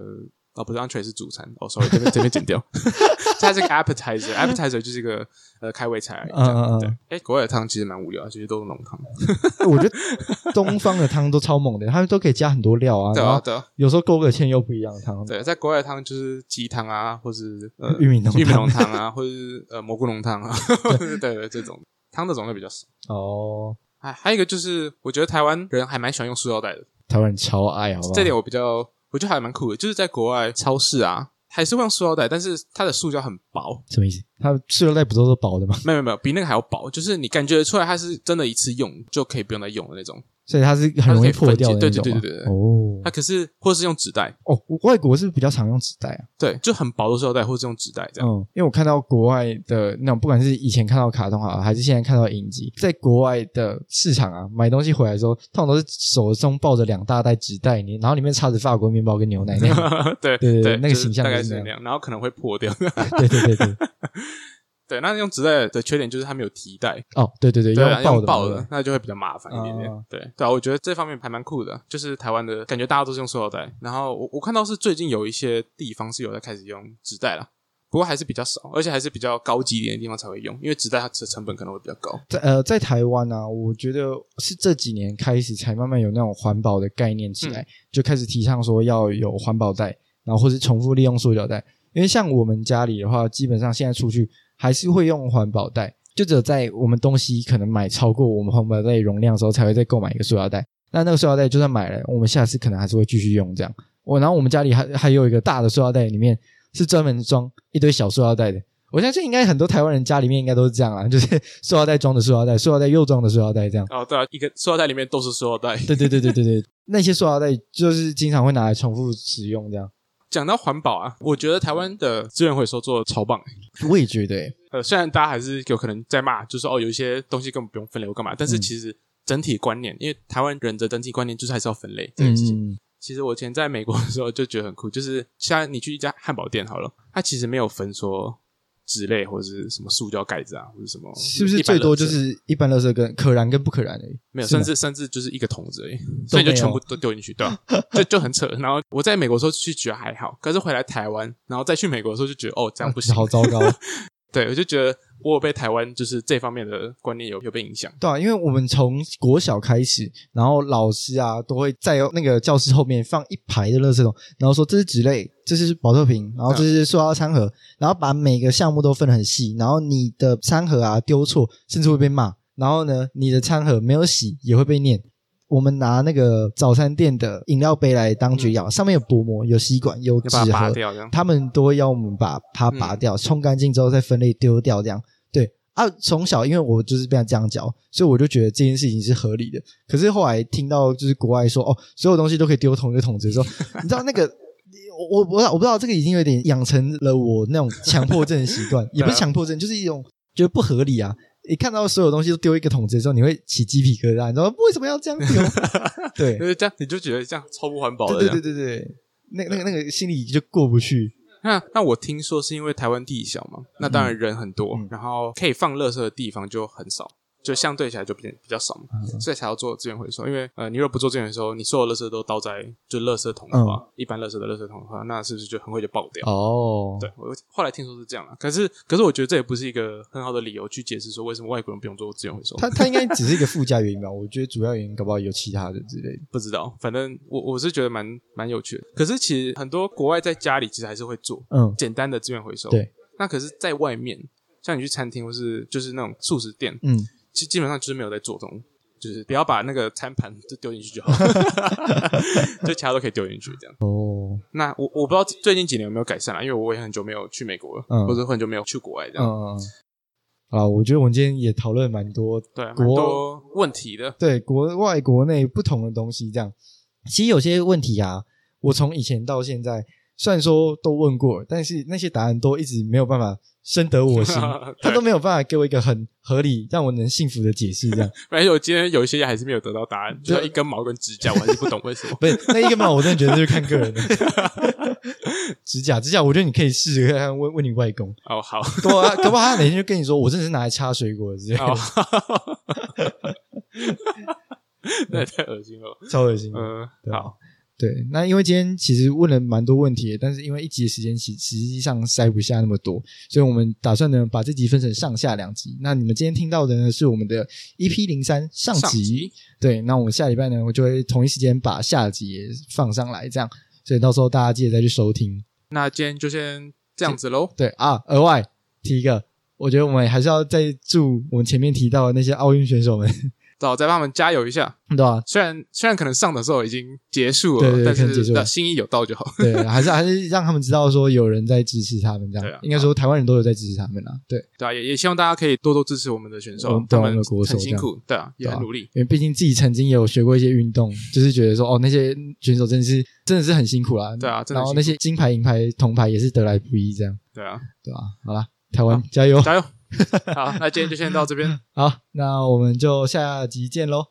Speaker 2: 哦，不是 entree 是主餐。哦，sorry，这边这边剪掉。 (laughs) 它是个
Speaker 1: (laughs)
Speaker 2: appetizer，appetizer 就是一个呃开胃菜而已。这
Speaker 1: 嗯嗯嗯哦
Speaker 2: 样对，哎，国外的汤其实蛮无聊的，其实都是浓汤。
Speaker 1: 我觉得东方的汤都超猛的，他们都可以加很多料啊，
Speaker 2: 对
Speaker 1: 然
Speaker 2: 啊，
Speaker 1: 后
Speaker 2: 对啊，
Speaker 1: 有时候勾个芡又不一样的汤。
Speaker 2: 对，在国外的汤就是鸡汤啊，或是呃
Speaker 1: 玉米浓汤
Speaker 2: 玉米浓汤啊，或是呃蘑菇浓汤啊，对对，这种汤的种类比较少。
Speaker 1: 哦，
Speaker 2: 还还有一个就是，我觉得台湾人还蛮喜欢用塑料袋的，
Speaker 1: 台湾人超爱，啊好不好？
Speaker 2: 这点我比较我觉得还蛮酷的，就是在国外超市啊。还是会用塑料袋，但是它的塑胶很薄，
Speaker 1: 什么意思？它塑料袋不都是薄的吗？ (laughs)
Speaker 2: 没有没有没有，比那个还要薄，就是你感觉出来它是真的一次用就可以不用再用的那种。
Speaker 1: 所以它是很容易破掉的那
Speaker 2: 它是
Speaker 1: 种
Speaker 2: 可以
Speaker 1: 吗
Speaker 2: 分解对对对对对
Speaker 1: 哦
Speaker 2: 它可是或是用纸袋，
Speaker 1: 哦，外国是比较常用纸袋啊。
Speaker 2: 对，就很薄的塑料袋，或是用纸袋这样。
Speaker 1: 嗯，因为我看到国外的那种，不管是以前看到卡通好了，还是现在看到影集，在国外的市场啊，买东西回来之后，通常都是手中抱着两大袋纸袋，你然后里面插着法国面包跟牛奶那样。
Speaker 2: (laughs) 对
Speaker 1: 对对
Speaker 2: 对，
Speaker 1: 那个
Speaker 2: 就是
Speaker 1: 形象
Speaker 2: 大概
Speaker 1: 就是
Speaker 2: 是
Speaker 1: 那
Speaker 2: 那样，然后可能会破掉。
Speaker 1: (laughs)
Speaker 2: (laughs)
Speaker 1: 对对对对，
Speaker 2: 对，那用纸袋的缺点就是它没有提袋，
Speaker 1: (laughs) 哦，对对对，
Speaker 2: 对啊，
Speaker 1: 要
Speaker 2: 用
Speaker 1: 的嘛，
Speaker 2: 爆
Speaker 1: 对不
Speaker 2: 的
Speaker 1: 对，
Speaker 2: 那就会比较麻烦一点点。
Speaker 1: 啊
Speaker 2: 对对啊，我觉得这方面还蛮酷的，就是台湾的感觉大家都是用塑料袋，然后我我看到是最近有一些地方是有在开始用纸袋了。不过还是比较少，而且还是比较高级一点的地方才会用，因为纸袋它的成本可能会比较高。
Speaker 1: 在呃，在台湾呢、啊，我觉得是这几年开始才慢慢有那种环保的概念起来，就开始提倡说要有环保袋，然后或是重复利用塑料袋。因为像我们家里的话，基本上现在出去还是会用环保袋，就只有在我们东西可能买超过我们环保袋容量的时候，才会再购买一个塑料袋。那那个塑料袋就算买了，我们下次可能还是会继续用这样。我然后我们家里还还有一个大的塑料袋，里面是专门装一堆小塑料袋的。我相信应该很多台湾人家里面应该都是这样啊，就是 (laughs) 塑料袋装的塑料袋，塑料袋又装的塑料袋这样。
Speaker 2: 哦，对啊，一个塑料袋里面都是塑料袋。
Speaker 1: 对对对对对对， (laughs) 那些塑料袋就是经常会拿来重复使用这样。
Speaker 2: 讲到环保啊，我觉得台湾的资源回收做的超棒欸、
Speaker 1: 我也觉得欸、
Speaker 2: 呃，虽然大家还是有可能在骂，就是说哦，有一些东西根本不用分类或干嘛，但是
Speaker 1: 嗯
Speaker 2: 其实整体观念，因为台湾人的整体观念就是还是要分类这件事情。
Speaker 1: 嗯，
Speaker 2: 其实我以前在美国的时候就觉得很酷，就是像你去一家汉堡店好了，它其实没有分说纸类或者是什么塑胶盖子啊，或者什么，
Speaker 1: 是不是最多就是一般垃圾跟可燃跟不可燃而已？
Speaker 2: 没有，
Speaker 1: 是吗
Speaker 2: 甚至甚至就是一个桶子而已，所以就全部都丢进去，
Speaker 1: (laughs)
Speaker 2: 对吧、就就很扯。然后我在美国的时候去觉得还好，可是回来台湾，然后再去美国的时候就觉得哦，这样不行，
Speaker 1: 啊好糟糕。
Speaker 2: 对，我就觉得我有被台湾就是这方面的观念有有被影响。
Speaker 1: 对啊，因为我们从国小开始，然后老师啊都会在那个教室后面放一排的垃圾桶，然后说这是纸类，这是保特瓶，然后
Speaker 2: 啊
Speaker 1: 这是塑料餐盒，然后把每个项目都分得很细，然后你的餐盒啊丢错，甚至会被骂，然后呢，你的餐盒没有洗也会被念。我们拿那个早餐店的饮料杯来当绝药，上面有薄膜、有吸管、有
Speaker 2: 要
Speaker 1: 纸
Speaker 2: 嗯把它拔
Speaker 1: 盒，
Speaker 2: 掉，这样
Speaker 1: 他们都会要我们把它拔掉，冲干净之后再分类丢掉，这样。对啊，从小因为我就是被他这样教，所以我就觉得这件事情是合理的。可是后来听到就是国外说哦，所有东西都可以丢同一个桶子的时候， (laughs) 你知道那个。我我我我不知道这个已经有点养成了我那种强迫症的习惯，也不是强迫症，就是一种觉得不合理啊！一看到所有东西都丢一个桶子的时候，你会起鸡皮疙瘩，你知道吗为什么要这样丢？ (laughs) 对
Speaker 2: 因为这样你就觉得这样超不环保的。
Speaker 1: 对
Speaker 2: 这
Speaker 1: 对
Speaker 2: 样。
Speaker 1: 对对对，那那个那个心里就过不去。
Speaker 2: 那那我听说是因为台湾地小嘛，那当然人很多，
Speaker 1: 嗯
Speaker 2: 然后可以放垃圾的地方就很少，就相对起来就比比较少嘛，
Speaker 1: 嗯
Speaker 2: 所以才要做资源回收。因为呃，你如果不做资源回收，你所有垃圾都倒在就垃圾桶的话，一般垃圾的垃圾桶的话，那是不是就很快就爆掉？
Speaker 1: 嗯哦，
Speaker 2: 对，我后来听说是这样啊，可是可是我觉得这也不是一个很好的理由去解释说为什么外国人不用做资源回收。
Speaker 1: 它它应该只是一个附加原因吧？我觉得主要原因搞不好有其他的之类的。
Speaker 2: 不知道，反正我我是觉得蛮蛮有趣的。可是其实很多国外在家里其实还是会做，
Speaker 1: 嗯，
Speaker 2: 简单的资源回收。
Speaker 1: 对，
Speaker 2: 那可是在外面，像你去餐厅或是就是那种素食店，
Speaker 1: 嗯，
Speaker 2: 基基本上就是没有在做这种，就是不要把那个餐盘就丢进去就
Speaker 1: (laughs)
Speaker 2: 好，就其他都可以丢进去这样。
Speaker 1: 哦，
Speaker 2: 那我我不知道最近几年有没有改善啊啦，因为我也很久没有去美国了，
Speaker 1: 嗯
Speaker 2: 或者很久没有去国外这样。
Speaker 1: 嗯，啊，我觉得我们今天也讨论蛮多
Speaker 2: 对，啊蛮
Speaker 1: 国
Speaker 2: 多问题的。，
Speaker 1: 对国外国内不同的东西，这样其实有些问题啊，我从以前到现在，虽然说都问过，但是那些答案都一直没有办法深得我心
Speaker 2: (laughs)
Speaker 1: 他
Speaker 2: 对
Speaker 1: 都没有办法给我一个很合理让我能幸福的解释，这样。
Speaker 2: 反正我今天有一些还是没有得到答案，就像一根毛跟指甲，我还是不懂为什么
Speaker 1: (laughs) 。不是那一个嘛，我真的觉得就是看个人的。 (laughs) 指甲，指甲，我觉得你可以试试看，问问你外公，
Speaker 2: 哦，好，
Speaker 1: (laughs) 对啊，搞不好他哪天就跟你说，我真的是拿来插水果的之类的， (laughs)
Speaker 2: 哦， (laughs) 那也太恶心了。
Speaker 1: 超恶心。
Speaker 2: 嗯，
Speaker 1: 对啊
Speaker 2: 好，
Speaker 1: 对，那因为今天其实问了蛮多问题的，但是因为一集的时间其实际上塞不下那么多，所以我们打算呢把这集分成上下两集。那你们今天听到的呢是我们的 EP 零三上集，
Speaker 2: 上集
Speaker 1: 对，那我们下礼拜呢我就会同一时间把下集也放上来，这样，所以到时候大家记得再去收听。
Speaker 2: 那今天就先这样子喽。
Speaker 1: 对啊，额外提一个，我觉得我们还是要再祝我们前面提到的那些奥运选手们， (laughs)
Speaker 2: 好，再帮他们加油一下。
Speaker 1: 对吧、
Speaker 2: 虽然虽然可能上的时候已经结束了，
Speaker 1: 对对
Speaker 2: 但
Speaker 1: 可能结束
Speaker 2: 是
Speaker 1: 了
Speaker 2: 那心意有到就好。 (laughs)
Speaker 1: (laughs) 对，还是还是让他们知道说有人在支持他们这样。
Speaker 2: 对啊
Speaker 1: 应该说台湾人都有在支持他们啦。对，
Speaker 2: 对啊，也也希望大家可以多多支持我们的选
Speaker 1: 我
Speaker 2: 手
Speaker 1: 们，嗯对
Speaker 2: 他
Speaker 1: 我们
Speaker 2: 们
Speaker 1: 的国手
Speaker 2: 很辛苦，对啊，也很努力。
Speaker 1: 因为毕竟自己曾经也有学过一些运动，就是觉得说哦，那些选手真的是真的是很辛苦啦。
Speaker 2: 对啊真的
Speaker 1: 然后
Speaker 2: 辛苦
Speaker 1: 那些金牌、银牌、铜牌也是得来不易，这样
Speaker 2: 对啊，
Speaker 1: 对吧、好啦，台湾、 (laughs) 加油！
Speaker 2: 加油！好，那今天就先到这边，
Speaker 1: 好，那我们就下集见喽，